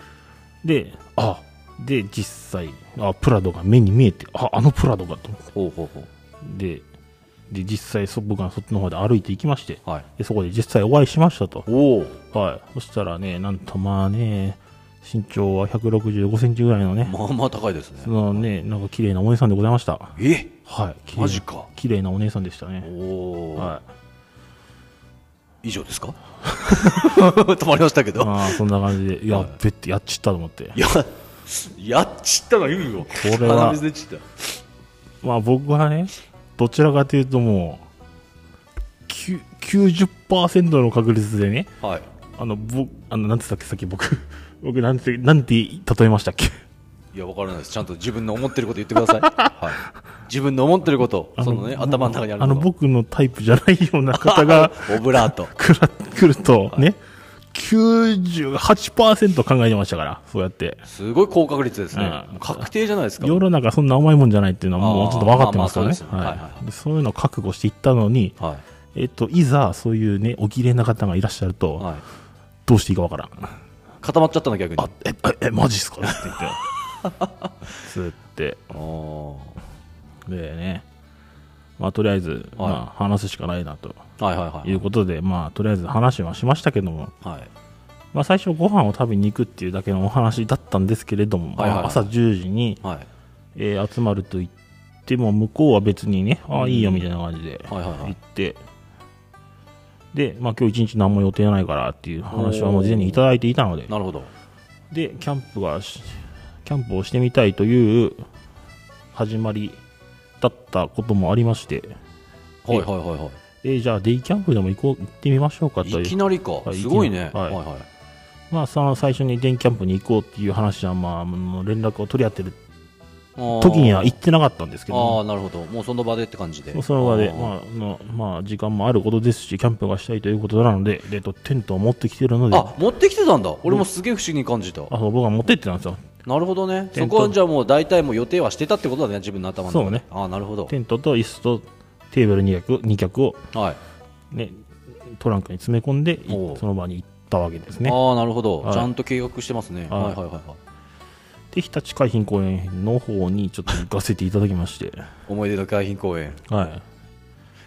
で、あ、で、実際、あ、プラドが目に見えて、あ、あのプラドがと思って。ほうほうほで、で、実際そ、僕がそっちの方で歩いていきまして、うはいでそこで実際お会いしましたと。おおはい。そしたらね、なんとまあね、身長は165センチぐらいのね、まあまあ高いですねそのね、なんか綺麗なお姉さんでございました。えはい。綺麗なマジか綺麗なお姉さんでしたね。おお、はい。以上ですか 止まりましたけどああ、そんな感じで、やっべってやっちったと思って。ややっちったの言うよこれは鼻水出ちゃっまあ僕はね、どちらかというともう、きゅ90%の確率でね、たはいあの、僕、あの、なんて言ったっけ、さっき僕、 僕、なんて、なんて例えましたっけ。いや、わからないです。ちゃんと自分の思ってること言ってくださ い。はい、自分の思ってること、そのね、頭の中にあるあの、僕のタイプじゃないような 方が、オブラート。くら、来ると、ね、98%考えてましたから、そうやって。すごい高確率ですね。うんもう確定じゃないですか。世の中そんな甘いもんじゃないっていうのはもうちょっと分かってますからねあー。まあまあそうですねはいはいははいでそういうのを覚悟していったのに、はえっと、いざそういうね、お綺麗な方がいらっしゃるい。と、はい。どうしていいか分からん。固まっちゃったの、逆に。ああ、え、え、えマ ジっすかって言って。つって。あー。でね、まあとりあえず、まあ話すしかないなとはいはいいはうことで、まあとりあえず話はしましたけども、い。はい。まあ最初ご飯を食べに行くっていうだけのお話だったんですけれどはも、いはいはいまあ朝10時に、はい。えー集まると言っても向こうは別にねああいいよみたいな感じではいはいは行い。って、で、まあ、今日一日何も予定ないからっていう話はもう事前にいただいていたのでなるほど。でキャンプがしキャンプをしてみたいという始まりだったこともありまして、はいはいはいはえーじゃあデイキャンプでも行こう行ってみましょうかとい。いいきうなりかは。いすごいねい。きなはいりは。はいまあ、その最初にデイキャンプに行こうっていう話は、まあ、もう連絡を取り合ってるあー時には行ってなかったんですけどもああ、なるほど。もうその場でって感じで。その場で、あーまああのまあ、時間もあることですし、キャンプがしたいということなので、でとテントを持ってきてるので、ああ、持ってきてたんだ。俺もすげえ不思議に感じた。そう僕は持ってってたんですよ、なるほどね。テそントこはじゃあもう大体もう予定はしてたってことだね、自分の頭の中で。そうね。ああ、なるほどテ。ントと椅子とテーブル2脚 ,2 脚を、はい。ね、トランクに詰め込んで、いおうその場に行ったわけですね。ああ、なるほど、はいちゃんと計画してますね。ははいいはいはいはい。で、日立海浜公園の方にちょっと行かせていただきまして、思い出の海浜公園。はい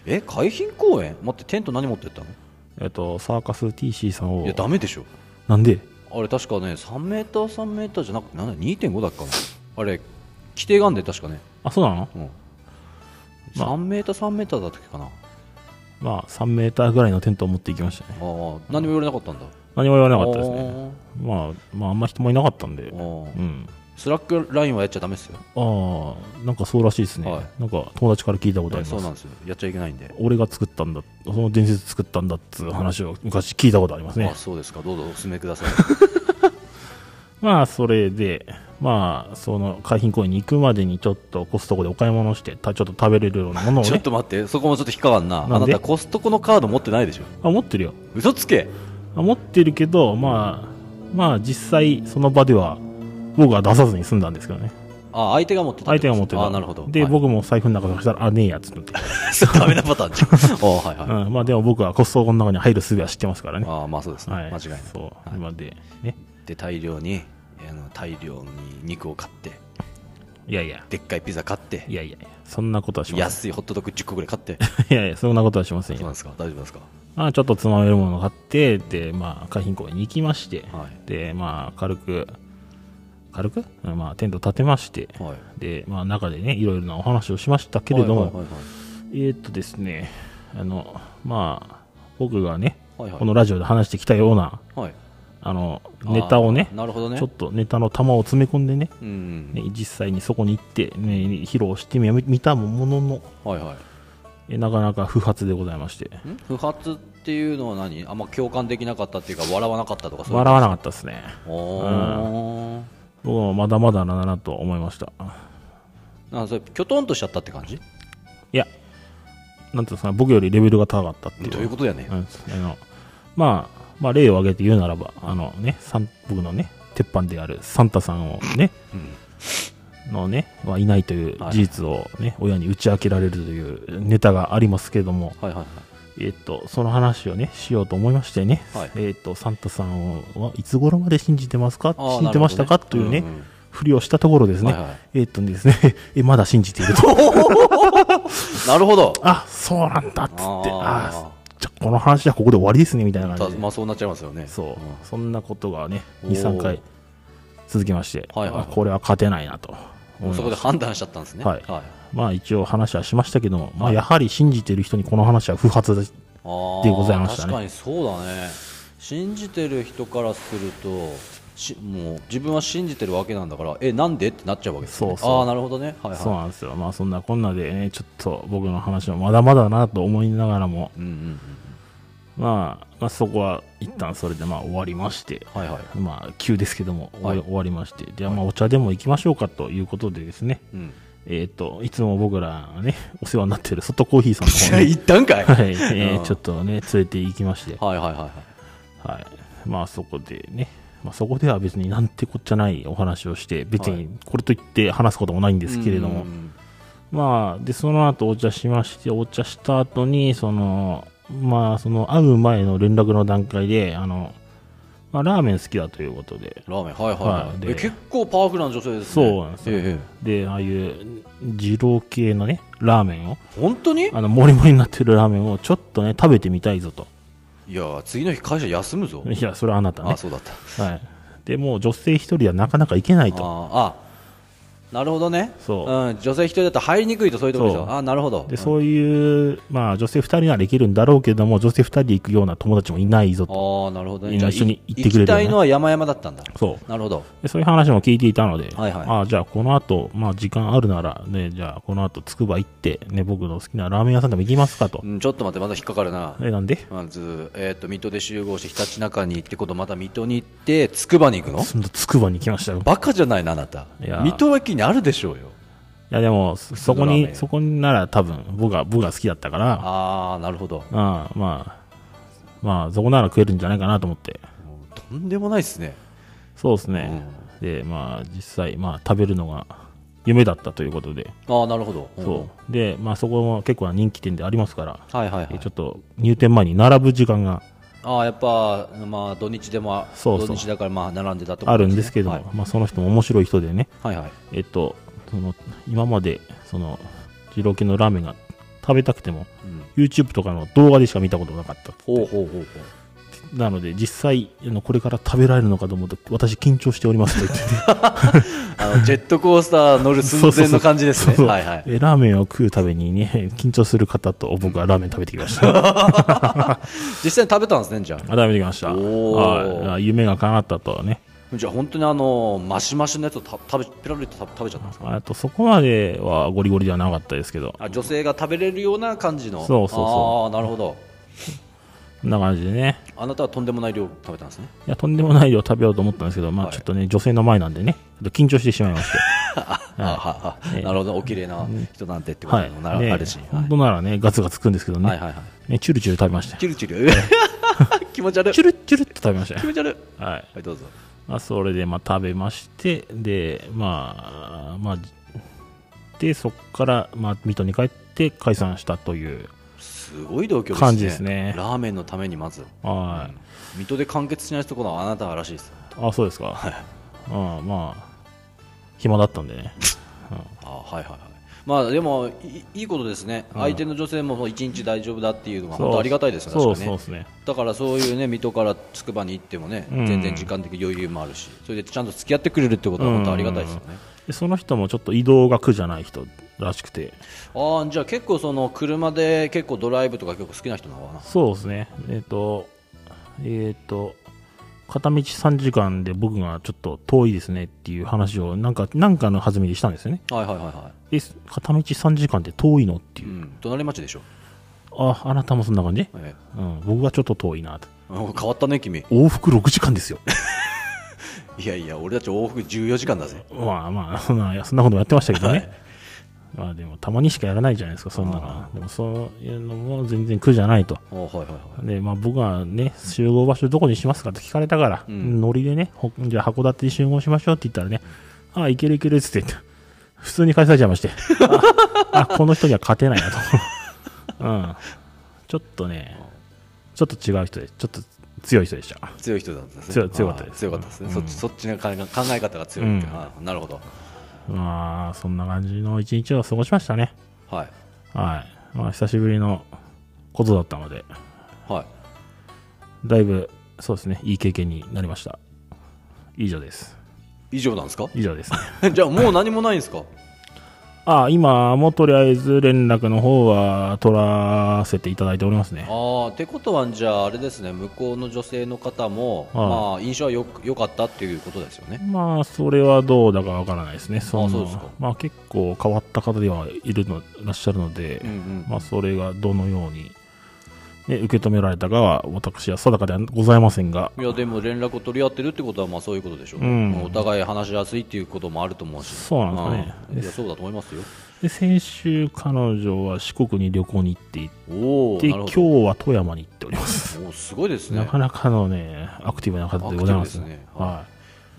え、海浜公園待って、テント何持ってったのえっと、サーカス TC さんいをや、、ダメでしょ。なんで、あれ、確かね、3メーター、3メーターじゃなくて、なんだ、2.5だっけかな。あれ、規定があんで、確かね。あ、そうなのうん。まあ3メーター、3メーターだったっけかな。あまあ、3メーターぐらいのテントを持って行きましたあね。、何も言われなかったんだ。何も言われあなかったですね。まあ、まあ、あんま人もいなかったんで、あーあうーん。スラックラインはやっちゃダメですよ。ああ、なんかそうらしいですね、はいなんか友達から聞いたことありそまうすな。んですよ。やっちゃいけないんで。俺が作ったんだ、その伝説作ったんだっていう話を昔聞いたことありますねあ。そうですか。どうぞお進めください。まあ、それで、まあ、その海浜公園に行くまでにちょっとコストコでお買い物をして、たちょっと食べれるようなものをちょっ ね、と待って、そこもちょっと引っかかんな。なあんなでたコストコのカード持ってないでしょ。あ持ってるよ。嘘つけあ持ってるけど、まあ、まあ、実際その場では僕は出さずに済んだんですけどね。あ、相手が持ってた相手が持ってた。あ、なるほど。で、はい、僕も財布の中からしたら、あ、ねえやつって。そ れダメなパターンじゃ ん。あはいはい。うん、まあ、でも僕はコストコの中に入る術は知ってますからね。ああ、まあそうですね。はい。間違いない。そう。はいまあで、ね。で、大量に、あの大量に肉を買って、いやいや。でっかいピザ買ってい、やいやいや、そんなことはしません。安いホットドッグ10個ぐらい買って、 いやいや、そんなことはしませんそうなんよ。ですか大丈夫ですかまあ、ちょっとつまめるものを買って、で、まあ、海浜公園に行きまして、はで、まあ、軽く、軽くうんまあ、テント立てまして、い。はい。で、まあ、中でね、いろいろなお話をしましたけれども、はいはいはいえーっとですね、あの、まあ、僕がね、はいはいこのラジオで話してきたような、はい。はいあの、あーネタをね、なるほどね。ちょっとネタの玉を詰め込んでね、うん。ね実際にそこに行って、ね、披露してみ見たものの、はいはえなかなか不発でございまして、い。ん不発っていうのは何あんま共感できなかったっていうか、笑わなかったとかそういう。笑わなかったですね。おー。僕もまだまだだなと思いました。なんかそれ、きょとんとしちゃったって感じいや、なんていうんですかね、僕よりレベルが高かったっていう。どういうことやね。うんあのまあ、まあ、例を挙げて言うならば、あのね、サン僕のね、鉄板であるサンタさんをね、のね、はいないというはい事実をね、親に打ち明けられるというネタがありますけれども、はいはいはい。えっと、その話をね、しようと思いましてね、はいえっと、サンタさんはいつ頃まで信じてますかあー信じてましたか、なるほといどうねね、うんうんふりをしたところですね、はいはいえっとですね、 え、まだ信じていると。なるほどあ、そうなんだっつって、ああーあじゃあこの話はここで終わりですね、みたいな感たじで。まあそうなっちゃいますよねそう、んそんなことがね、お2、ー3回続きまして、はいはいはいあこれは勝てないなと思いまそこでした。判断しちゃったんですね。はいまあ一応話はしましたけども、まあやはり信じてる人にこの話は不発だあーでございましたね確かにそうだね。信じてる人からすると、しもう自分は信じてるわけなんだから、え、なんでってなっちゃうわけです、ね。そうそうああ、なるほどね。はいそうはなんですよ。まあそんなこんなでね、ちょっと僕の話はまだまだなと思いながらも、い。うんうんうん。まあ、まあそこは一旦それでまあ終わりまして、はいはい。まあ急ですけども、はい終わ終わりまして、じゃあまあお茶でも行きましょうかということでですね、うん。えっ、と、いつも僕らがね、 お世話になってる外コーヒーさんのじ方ゃあ、 に、行ったんかい。はい、えーうんちょっとね、連れて行きまして、はいはいはいはい。はい。まあそこでね、まあそこでは別になんてこっちゃないお話をして、別はいにこれといって話すこともないんでですけれども、まあ、で、その後お茶しまして、お茶した後に、その、まあ、その、会う前の連絡の段階で、あの、まあ、ラーメン好きだということで、ラーメン、はいはい、ははいいでえ。結構パワフルな女性ですね。そうなんですよええで、ああいう、二郎系のね、ラーメンを、ええ本当にあの、もりもりになってるラーメンを、ちょっとね、食べてみたいぞ と。いや、次の日会社休むぞ。いや、それはあなたあねあ、。そうだった。はい。で、もう女性一人ではなかなか行けないと。あーあなるほどね、そうん女性一人だと入りにくいとそういうところでしそうょあーなるほどで、そういう、まあ、女性二人ならできるんだろうけども、女性二人で行くような友達もいないぞと。ああなるほどねみんなじゃあ一緒に行ってくれるよね行きたいのは山々だったんだそう。なるほどでそういう話も聞いていたので、はいはいああじゃあこの後、まあ時間あるなら、ね、じゃあこの後、つくば行って、ね、僕の好きなラーメン屋さんでも行きますかとう。んちょっと待ってまだ引っかかるなえ、なんでまず、えー、と水戸で集合してひたちなかに行ってことまた水戸に行ってつくばに行くのそのつくばに行きましたよ。バカじゃないなあなたいや水戸駅にあるでしょうよいやでも、そそラこーメに、ンそこになら多分、僕が、僕が好きだったから、あああなるほどあまあ、まあそこなら食えるんじゃないかなと思って。もうとんでもないですねそうですね。で、まあ実際、まあ食べるのが夢だったということで、ああなるほど、んそう。で、まあそこも結構な人気店でありますから、はいはい、はいえ、ちょっと入店前に並ぶ時間が、ああやっぱ、まあ、土日でもそうそう土日だからまあ並んでたってことあるんですけども、はいまあ、その人も面白い人でね、はいはいえっと、その今までその二郎系のラーメンが食べたくても、うん YouTube とかの動画でしか見たことなかったっつってほうほうほうほうなので、実際あの、これから食べられるのかと思うと、私、緊張しておりますと言ってね、あのジェットコースター乗る寸前の感じです そうそうねはいはいえラーメンを食うためにね、緊張する方と僕はラーメン食べてき ました。あ実際に食べたんですねじゃ食べてきました。おーはいあ夢が叶ったとはね。あじゃあ本当にあのマシマシのやつをた食べペラリと食食べちゃったんですかあと、そこまではゴリゴリではなかったですけど、あ女性が食べれるような感じのそうそうそうああなるほどこんな感じでね。あなたはとんでもない量食べたんですねいや、とんでもない量食べようと思ったんですけど、まあ、はいちょっとね、女性の前なんでね、ちょっと緊張してしまいまして。あははなるほどお綺麗な人なんてってことはいの。なら、ねあるし、 は本当ならね、ガツガツくんですけどい、ね、はいはいはいねチュルチュル食べましたよ。チュルチュル 気持ち悪いチ気ュルチュルっと食べましたよ。持ち悪いはい。はいどうぞまあ、それで、まあ、食べまして、で、まあ、まあ、で、そこから、まあ、水戸に帰って解散したという、すごい同居ですね感じですねラーメンのためにまずは水戸で完結しないところはあなたらしいですい。あ、そうですか。はい。あまあ、暇だったんでね。あはいはいはいまあでもいいいことですね、相手の女性ももう一日大丈夫だっていうのが本当ありがたいですよそう確かそうねですね。だからそういうね水戸からつくばに行ってもね、うん全然時間的余裕もあるしそれでちゃんと付き合ってくれるってことは本当ありがたいですよね、で、その人もちょっと移動が苦じゃない人らしくて、ああじゃあ結構その車で結構ドライブとか結構好きな人なのかなそうですね。えっ、と、えっ、と、片道3時間で僕がちょっと遠いですねっていう話をなんか、なんかの弾みでしたんですよね。はいはいはいはえ、片道3時間って遠いのってい、いうう。ん、隣町でしょ、あ、あなたもそんな感じえ うん、僕はちょっと遠いなと。えうん変わったね君往復6時間ですよ。 いやいや俺たち往復14時間だぜまあまあ、そんなそんなこともやってましたけどね。はいまあでも、たまにしかやらないじゃないですか、そんなの。でも、そういうのも全然苦じゃないと。あはいはいはいで、まあ、僕はね、集合場所どこにしますかって聞かれたから、んノリでね、ほじゃあ函館に集合しましょうって言ったらね、ああ、いけるいけるっつって言って、普 通に返されちゃいまして、ああ、この人には勝てないなと。うん。ちちょっとね、ちょっと違う人で、ちょっと強い人でした。強い人だったんですね強強かったですあー強かったですね、うんそっちそっちの考え考え方が強いっていうあーなるほどまあ、そんな感じの一日を過ごしましたね。はいはい。まあ、久しぶりのことだったので、はいだいぶ、そうですね、いい経験になりました。以上です。以上なんですか 以上ですね。 じゃあもう何もないんですかああ、今もとりあえず連絡の方は取らせていただいておりますね。ああってことはじゃああれですね向こうの女性の方も、はいまあ印象はよく良かったっていうことですよねまあ、それはどうだかわからないですね。そのあそうですかまあ、結構変わった方ではいるの、いらっしゃるので、うんうんまあ、それがどのように、ね、受け止められたかは、私は定かではございませんが、いやでも連絡を取り合ってるってことはまあそういうことでしょう、うんお互い話しやすいっていうこともあると思うしそうなんですかねうんいやそうだと思いますよで先週、彼女は四国に旅行に行っていおおて、な今るほ日どは富山に行っております。おーすごいですねなかなかのね、アクティブな方でございますアクティブですねは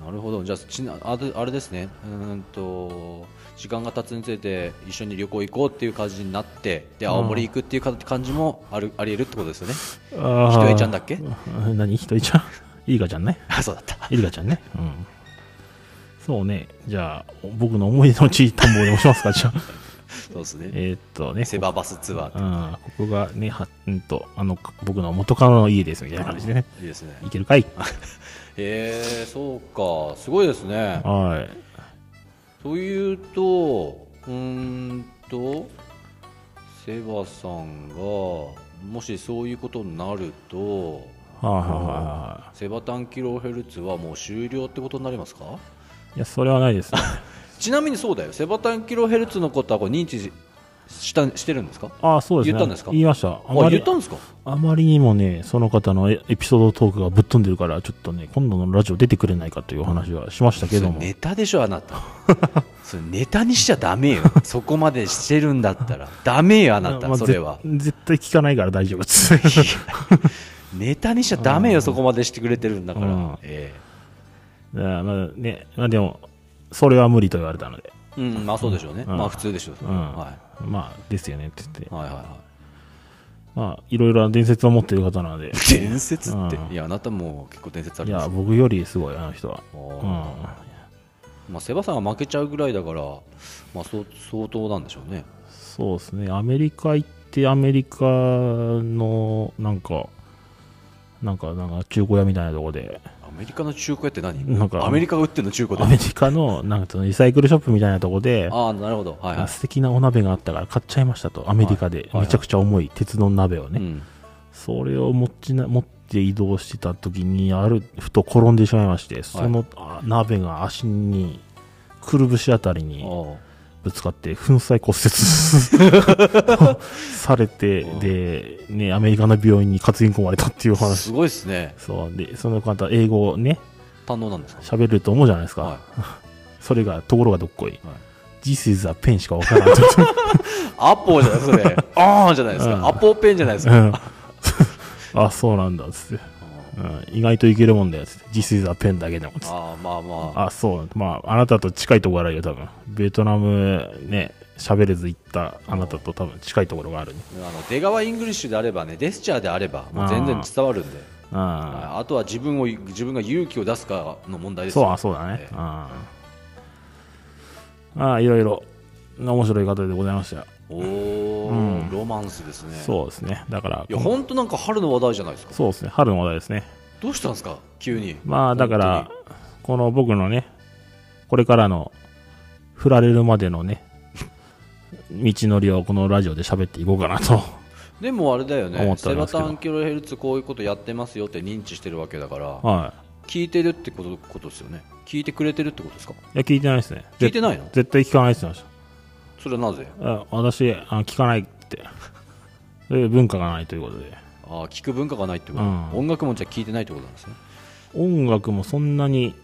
なるほどじゃあちなあれあれですねうーんと時間が経つにつれて一緒に旅行行こうっていう感じになってで青森行くっていうか感じもあるありえるってことですよねい。あーひとえちゃんだっけ うん 何ひとえちゃんイリカちゃんね。あそうだったイリカちゃんね。うん。そうね。じゃあ、僕の思い出の地、田んぼでもします か、じゃあ。そうですねえーっと ね。セババスツアーってうん、ここがね、はうんと、あの、僕の元カノの家ですみたいな感じでね。いいですねいけるかいへえそうかすごいですねはというとうーんとセバさんがもしそういうことになるとい。はいはいはセバタンキロヘルツはもう終了ってことになりますかい。いや、それはないですね。ちなみにそうだよセバタンキロヘルツのことはこう認知したしてるんですかああ、そうですね。言ったんですか言いました。ああま言っり、たんですかあまりにもね、その方のエエピソードトークがぶっ飛んでるから、ちょっとね、今度のラジオ出てくれないかというお話はしましたけどそも。れネタでしょあな たそれネタにしちゃダメよそこまでしてるんだったらダメよあなまたあそれはぜ絶対聞かないから大丈夫です。 ネタにしちゃダメよそこまでしてくれてるんだから、うんえいやまあね、まあでも、それは無理と言われたので、えうんまあそうでしょうね、うんまあ普通でしょう、うんはまあ、ですよねって言ってい、、はいはいはまあ、いろいろな伝説を持っている方なので、い伝説って、うんいやあなたも結構伝説あいりますや、よ僕よりすごい、あの人は。おうーん、まあ、セバさんが負けちゃうぐらいだから、まあ、そう相当なんでしょうねそうですね、アメリカ行って、アメリカの、なんか、なんか、なんか、中古屋みたいなとこで、アメリカの中古屋って何なんかアメリカが売ってんの中古アでメリカの、なんか、そのリサイクルショップみたいなとこで、ああなるほどはいはい、素敵なお鍋があったから買っちゃいましたと、アメリカで、はいめちゃくちゃ重い鉄の鍋をね、うん、それを持ちな持って移動してた時にあるふと転んでしまいましてその、あ鍋が足にくるぶしあたりにあぶつかって粉砕骨 折されてうんで、ね、アメリカの病院に担ぎ込まれたっていうあ話すごいですねそうでその方英語をね堪能なんですか喋ると思うじゃないですか、はそれがところがどっこい、はい This is a pen しかわからない、いアポじゃないそれああじゃないですか、うんアポペンじゃないですうか、ん あそうなんだっつって、うん、意外といけるもんだよっつって This is a pen だけでもつってああまあまああ、そう。まあ、あなたと近いところがあるよ、多分。ベトナムね、喋れず行ったあなたと多分近いところがあるね。あの出川イングリッシュであればね、デスチャーであれば、もう全然伝わるんで、うん。ああとは自分を自分が勇気を出すかの問題ですそう、あよ。そうだねえ。えうん。ああ、いろいろ、面白い方でございましたよ。おお、うんロマンスですね。そうですね。だから、いや、本当なんか春の話題じゃないですか。そうですね。春の話題ですね。どうしたんですか、急に。まあ、だから本、この僕のね、これからの、振られるまでのね、道のりをこのラジオで喋っていこうかなと。でもあれだよ思ね、っておセりまバすけどタンキロヘルツ、こういうことやってますよって認知してるわけだから、は聞いてるってことことですよね。聞いてくれてるってことですか。い。いや、聞いてないですね。聞いてないの絶対聞かないって言ってました。それはなぜあ私あ聞かないってそういう文化がないということでああ、聞く文化がないってこと、うん音楽もじゃあ聞いてないってことなんですね。音楽もそんなに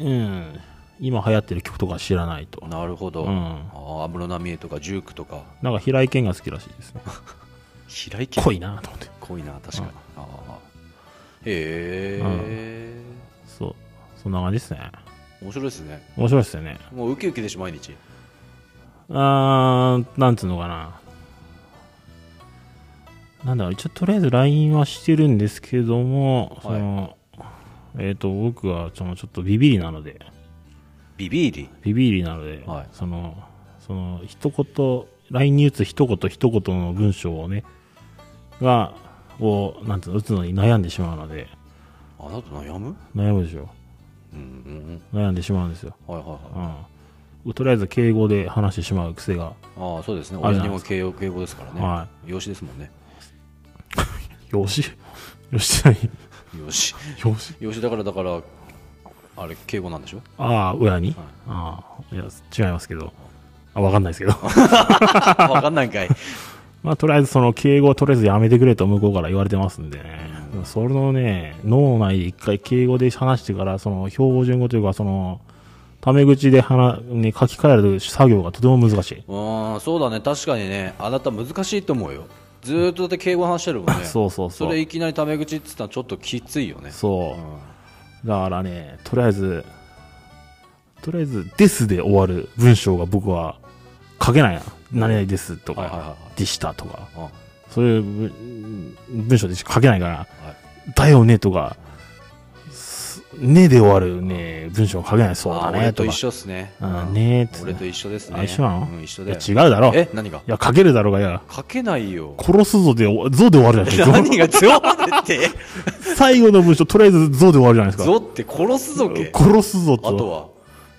うん今流行ってる曲とか知らないとなるほど。うんああ安室奈美恵とかジュークとかなんか平井堅が好きらしいですね平井堅濃いなと思って濃いな確かに、ああへえ、そうそんな感じですね面白いですね面白いですよねもうウキウキでしょ毎日あーなんつうのかななんだろう、一応とりあえず LINE はしてるんですけども、いその、えっ、と、僕は、その、ちょっとビビりなので、ビビリビビりなので、はいその、その、一言、LINE に打つ一言一言の文章をね、が、を、なんつうの、打つのに悩んでしまうので、あなた悩む悩むでしょ。うんうん悩んでしまうんですよ。うんはいはいはいうん。とりあえず敬語で話してしまう癖が、ああそうですねある親じゃにないでもす敬語敬語ですからね、は養子ですもんねよし、よしじゃない、養子 よし。養子だからだからあれ敬語なん でしょああ、親に、ああ、いや、違いますけど。あ、わかんないですけ ど。分かんないんか いまあ、とりあえずその敬語をとりあえずやめてくれと向こうから言われてますんでね。でもそれのね、脳内で一回敬語で話してから、その標準語というか、その、タメ口で話、ね、書き換える作業がとても難しい。うーんそうだね確かにねあなた難しいと思うよずーっとだって敬語話してるもんね そうそうそそうれいきなりタメ口っつったらちょっときついよねそうう。んだからね、とりあえず、とりあえず、ですで終わる文章が僕は書けないな。何々ですとはいはいはいはか、でしたとか、あはそういう文文章でしか書けないから、いだよねとか、すねで終わるね、文章が書けない、そうあだ俺ねとと一か。緒っすねうんねえっつって俺と一緒ですねあ一緒なのうん、一緒いだやよ違うだろ。いえ何がや、書けるだろうが、いや、書けないよ殺すぞで、ぞで終わるじゃないです か。何がゾって 最後の文章、とりあえずぞで終わるじゃないですか。ゾって殺すぞけ殺すぞあとと、は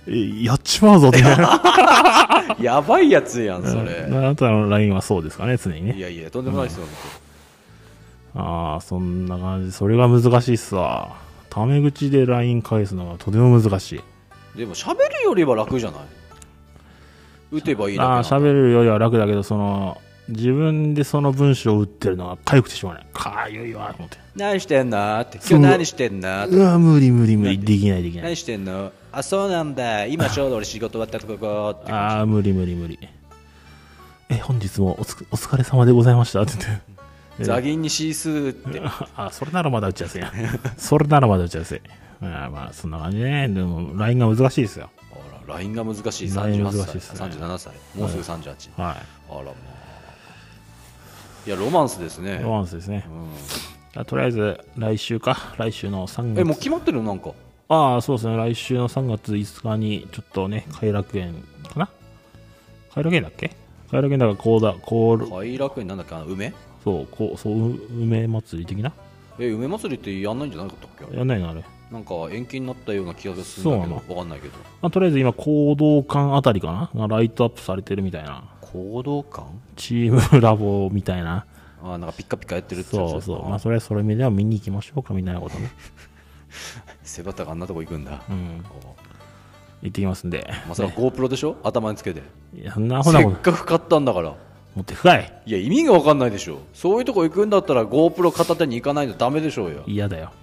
えやっちまう ぞって。あやばいやつやんそれなたの LINE はそうですかね、常にねい。やいやとんでもないですよ、ああ、そんな感じ。それが難しいっすわ。タメ口で LINE 返すのがとても難しい。でも喋るよりは楽じゃない打てばいいだけああ、なの喋るよりは楽だけど、その、自分でその文章を打ってるのが痒くてしょうがない。かゆいわ、と思って。何してんのってそう今日何してんのうわ、無理無理無理。できないできない何。してんのあそうなんだ今ちょうど俺仕事終わったとこってああ、無理無理無理。え、本日もおつお疲れ様でございましたって言って。ザギンにシースーって あ、それならまだ打ちやすいな。それならまだ打ちやすい。ああまあ、そんな感じね。でも、LINE が難しいですよ。あら LINE が難しい38 LINE 難しい歳、っすね37歳もうすぐ38、はあらまあいやロマンスですねい。ロマンスですね。うんあとりあえず来週か来週の3月えもう決まってるのなんかああそうですね来週の3月5日にちょっとね偕楽園かな偕楽園だっけ偕楽園だからこうだこう偕楽園なんだっけあの梅そうこうそうう梅祭り的なえ梅祭りってやんないんじゃなかったっけあれやんないのあれ、なんか延期になったような気がするんだけどそ分うなかんないけどまあ、とりあえず今行動館あたりかながライトアップされてるみたいな行動感チームラボみたいなあなんかピッカピカやってるってやつそうそうまあそれはそれ目では見に行きましょうかみたいなことね背ばたがあんなとこ行くんだ、うんお行ってきますんでまさか GoPro でしょ頭につけていやそんなほなせこっとかく買ったんだから持って深いいや意味が分かんないでしょそういうとこ行くんだったら GoPro 片手に行かないとダメでしょうよ嫌だよ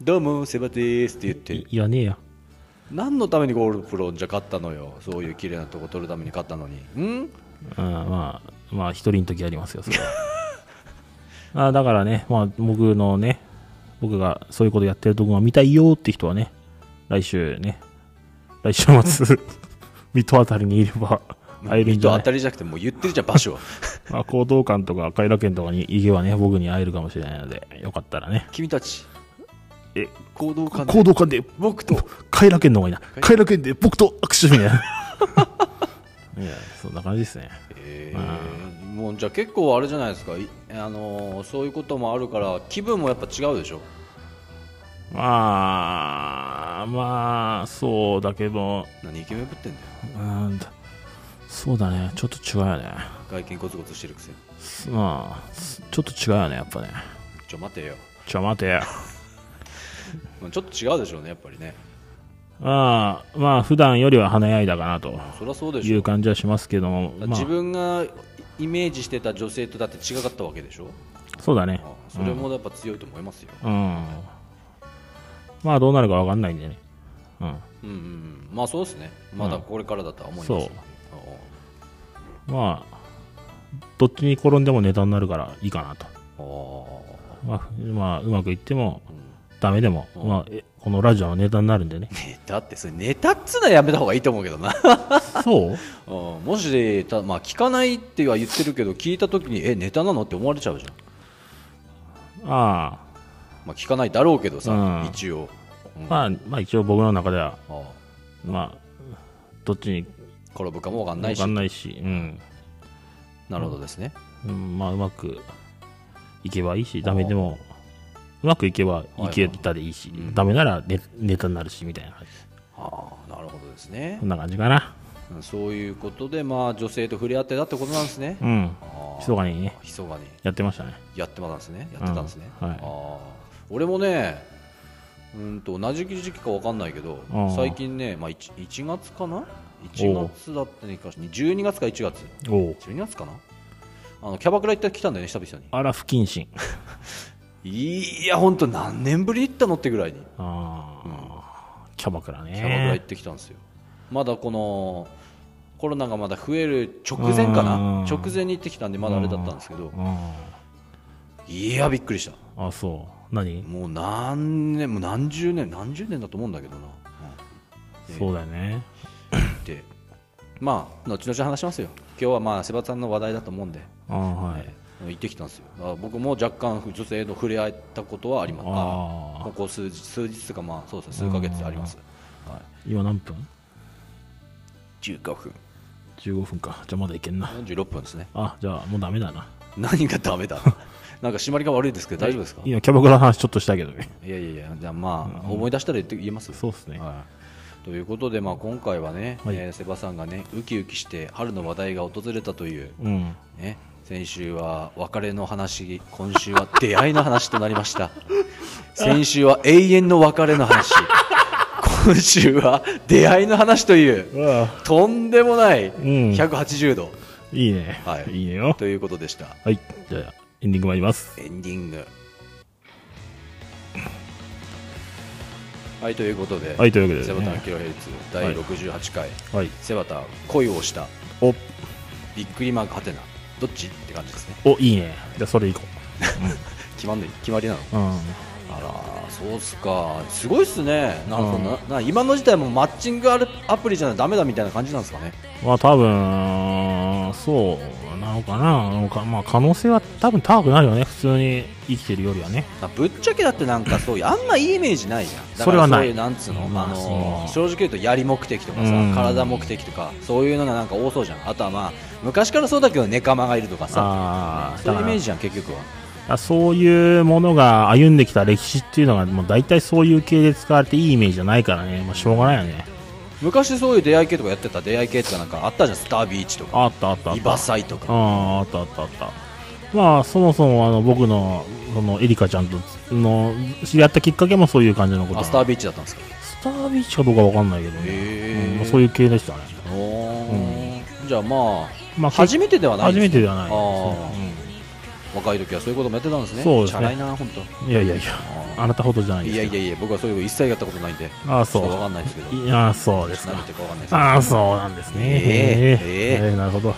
どうもセバティーすって言っていやねえよ何のために GoPro じゃ買ったのよそういう綺麗なとこ撮るために買ったのにんうん、まあ、まあ、一人の時ありますよ、それは。 あだからね、まあ、僕のね、僕がそういうことやってるとこが見たいよって人はね、来週ね、来週末、 水戸あたりにいれば、会えるん水じ戸ゃな当いたりじゃなくてもう言ってるじゃん場 所はまあ、行動館とか偕楽園とかに行けばね、僕に会えるかもしれないので、よかったらね。君たちえ、行動感行動館で、僕と偕楽園の方がいいな。偕楽園で僕と握手みた いな。いや、そんな感じですね。えーもうじゃあ結構あれじゃないですか、いあのーそういうこともあるから気分もやっぱ違うでしょまあ、まあ、そうだけど、何イケメンぶってんだようーんと、そうだね、ちょっと違うよね。外見ゴツゴツしてるくせにすまあ、すちょっと違うよね、やっぱね。ちょ待てよ、ちょ、待てよ。まあ、ちょっと違うでしょうねやっぱりねああ、まあ、普段よりは華やいだかなとそりゃそうでいしょう感じはしますけども、ま自あ、分がイメージしてた女性とだって違かったわけでしょそうだねあ。それもやっぱ強いと思いますよ、うん。まあ、どうなるかわかんないんでね。うん。うんうんうんまあそうですねまだこれからだとは思いますよ、そうあまあ、どっちに転んでもネタになるからいいかなと。ああまあ、ふまあ、うまくいっても、あ、うんダメでも、うんまあ、えこのラジオのネタになるんでね。ネタってそれネタっつうのはやめた方がいいと思うけど なそううんもした、まあ、聞かないっては言ってるけど聞いた時にえネタなのって思われちゃうじゃんああまあ、聞かないだろうけどさ、うん一応、うんまあ、まあ一応僕の中では、ああまあ、どっちに転ぶかもわかんな分いしかんないし、うん。なるほどですね、うんまあ、うまくいけばいいし、ダメでも、うまくいけばいけたでいいし、はいはいうんダメならネネタになるし、みたいな感じ。はあなるほどですねこん、な感じかな。うんそういうことで、まあ、女性と触れ合ってたってことなんですね、うん。ああ密かにね、密かにやってましたね。やってたんですねやってたんですね、うんはいああ俺もねうんと同じ時期かわかんないけどうん最近ね、まあ、1, 1月かな1月だったねか12月か1月おお。 12月かなあのキャバクラ行ってきたんだよね久々にあら、不謹慎。いや本当何年ぶりに行ったのってぐらいにああ、キャバクラね。キャバクラ行ってきたんですよ、まだこのコロナがまだ増える直前かうなん直前に行ってきたんでまだあれだったんですけどいやびっくりしたうん。あ、そう。何、もう何年もう何十年何十年だと思うんだけどな、うんそうだよね。でまあ後々話しますよ今日はまあセバさんの話題だと思うんで、あーはい。行ってきたんですよだから僕も若干女性と触れ合ったことはありますあーここ数日数日とかまあそうですね数ヶ月あります、はい、今何分15分 ?15 分か。じゃあまだいけんな。 46分ですね あ、じゃあもうダメだな。何がダメだ なんか締まりが悪いですけど大丈夫ですかい今、キャバクラの話ちょっとしたけどね。やいやいやじゃあまあ思い出したら言って言えますそうですね。はい、ということで、まあ、今回はね、はいえーセバさんがねウキウキして春の話題が訪れたという、うん。ね、先週は別れの話今週は出会いの話となりました 先週は永遠の別れの話今週は出会いの話というとんでもないん180度、いいね。はいいいねよ。ということでしたはい。じゃあ、エンディング参ります。エンディングはいということで、はい、というわけで、セバタンキロヘルツ第68回、はい。セバタ恋をしたお、びっくりマークハテナどっちって感じですねお、いいね。じゃあ、それいこ決まんない決まりなのう。うん。あらそうっすかすごいっすねなんかそんな、な今の時代もマッチングあるアプリじゃダメだみたいな感じなんですかねまあ、多分、そうなのかな。なんかまあ、可能性は多分高くなるよね。普通に生きてるよりはね。あぶっちゃけだってなんかそういうあんまいいイメージないじゃんだからそれはないそううなんつうの,、まああのそ正直言うとやり目的とかさ、うん体目的とかそういうのがなんか多そうじゃんあとはまあ昔からそうだけど仲間がいるとかさああ、そういうイメージジじゃん結局はそういうものが歩んできた歴史っていうのが、もう大体そういう系で使われていいイメージじゃないからね。まあ、しょうがないよね。昔そういう出会い系とかやってた出会い系とかなんかあったじゃんスタービーチとかあったあったあった。イバサイとかあああったあったあったまあそもそもあの僕のそのエリカちゃんとの知り合ったきっかけもそういう感じのことなあのスタービーチだったんですかスタービーチかどうかわかんないけどへねー、うんまあそういう系でしたね、おーじゃあままあ、あ初めてではない初めてではなあいー若い時はそういうこともやってたんですねそうですねチャラいな本当うんいやいやいやあなたほどじゃないでいすやいやいや僕はそういうこと一切やったことないんでああそちょっとわかうんないですけどいやそうです何言ってかるかわかんないですけどあああそうなんですねえへえええなるほど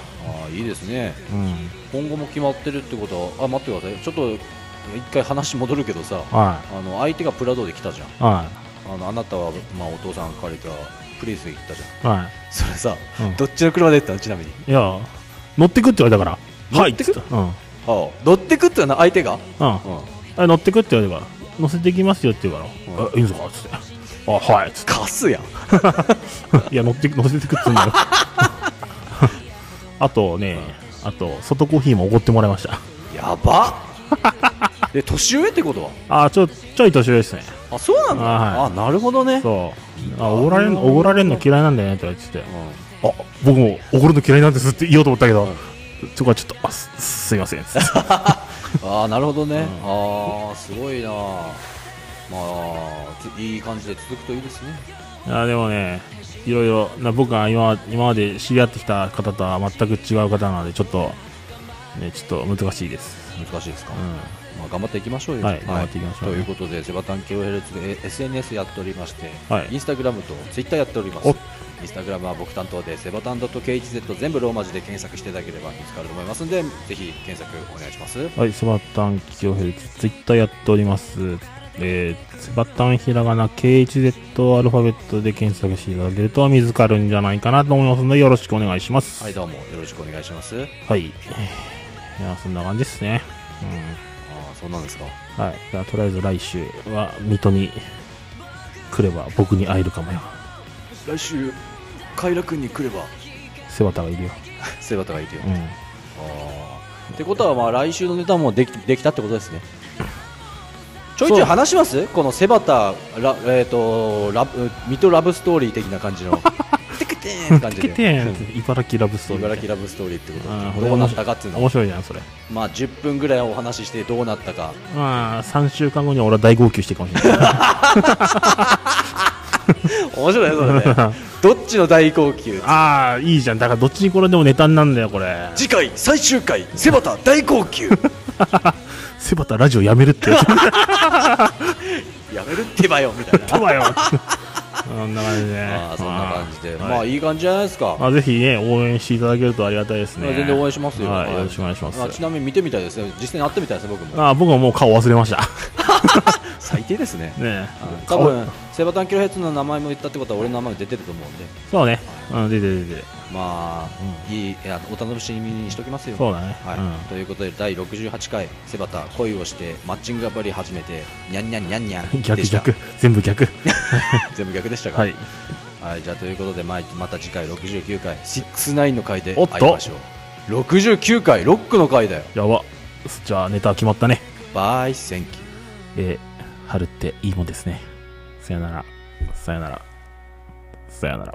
ーいいですねうん今後も決まってるってことはあ待ってくださいちょっと一回話戻るけどさはあの相手がプラドで来たじゃんいはあのあなたは、まあ、お父さんが借りたプリウスで行ったじゃんいはそれさ、うんどっちの車で行ったのちなみにいいや乗ってくって言われたからは乗っいてくっつったうんああ乗ってくってのは相手が、うんうん、あ乗ってくって言われるから乗せてきますよって言うから、うんあいいんですかっつってあはいっつっ貸すやんていや乗って乗せてくっつうんだよ あとね、あと外コーヒーもおごってもらいましたやば で年上ってことはあちょちょい年上ですねあそうなんだあ,、はなるほどねそうあおごられんおごられんの嫌いなんだよねって言われててうあ僕もおごるの嫌いなんですって言おうと思ったけど、そこはちょっとあすすいませんっつってん、ああなるほどね、ああすごいなまあついい感じで続くといいですねあでもねいろいろな僕が今今まで知り合ってきた方とは全く違う方なのでちょっとねちょっと難しいです難しいですか、うんまあ、頑張っていきましょうよ、はい頑張っていきましょうということでセバタンキロヘルツでえ SNS やっておりまして、はいインスタグラムとツイッターやっておりますおインスタグラムは僕担当でセバタン .khz 全部ローマ字で検索していただければ見つかると思いますのでぜひ検索お願いしますはい、セバタンキロヘルツ、ツイッターやっております。えー、セバタンひらがな KHZ アルファベットで検索していただけると見つかるんじゃないかなと思いますので、よろしくお願いします。はいどうもよろしくお願いしますはい。いや、そんな感じですね。あーそうなんですかはい、だからとりあえず来週は水戸に来れば僕に会えるかもよ来週快楽に来れ ば背わたがいるよ、セバタがいるよ、うん、あーってことはまあ来週のネタもできできたってことです ねちょいちょい話しますこのセバタラ、えー、とラブミトラブストーリー的な感じ のテクテーンって感じで来てん茨城ラブストうんーリー茨城ラブストーリーってことあーこでれどうなったかっていうの面白いじゃんそれまあ10分ぐらいお話ししてどうなったかまあ3週間後には俺は大号泣してるかもしれな い面白いねそれね どっちの大号泣 ああいいじゃんだからどっちに転んでもネタになるんだよこれ次回最終回セバタ大号 泣背わたラジオやめるって言 ってやめるってばよみたいなたわよそんな感じでまあ そんな感じではいまあいい感じじゃないですかまあ、ぜひね、応援していただけるとありがたいですね。全然応援しますよ、はい、よろしくお願いします。まあちなみに見てみたいですね実際に会ってみたいですね僕もああ僕はもう顔忘れ ました。最低ですねねえ多顔分セバタンキロヘッズの名前も言ったってことは俺の名前も出てると思うんでそうね。うん、出てる出てる。まあ、いいいやお楽しみにしときますよそうだね。はいということで第68回セバタ恋をしてマッチングアプリ始めてにゃんにゃんにゃんにゃんうん。逆でした逆。全 部逆。全部逆でしたかはい。はい、じゃあということで、まあ、また次回69回69の回でおっと会いましょう69回ロックの回だよやば。じゃあネタ決まったね。バイセンキューえー、春っていいもんですね。さよなら。さよなら。さよなら。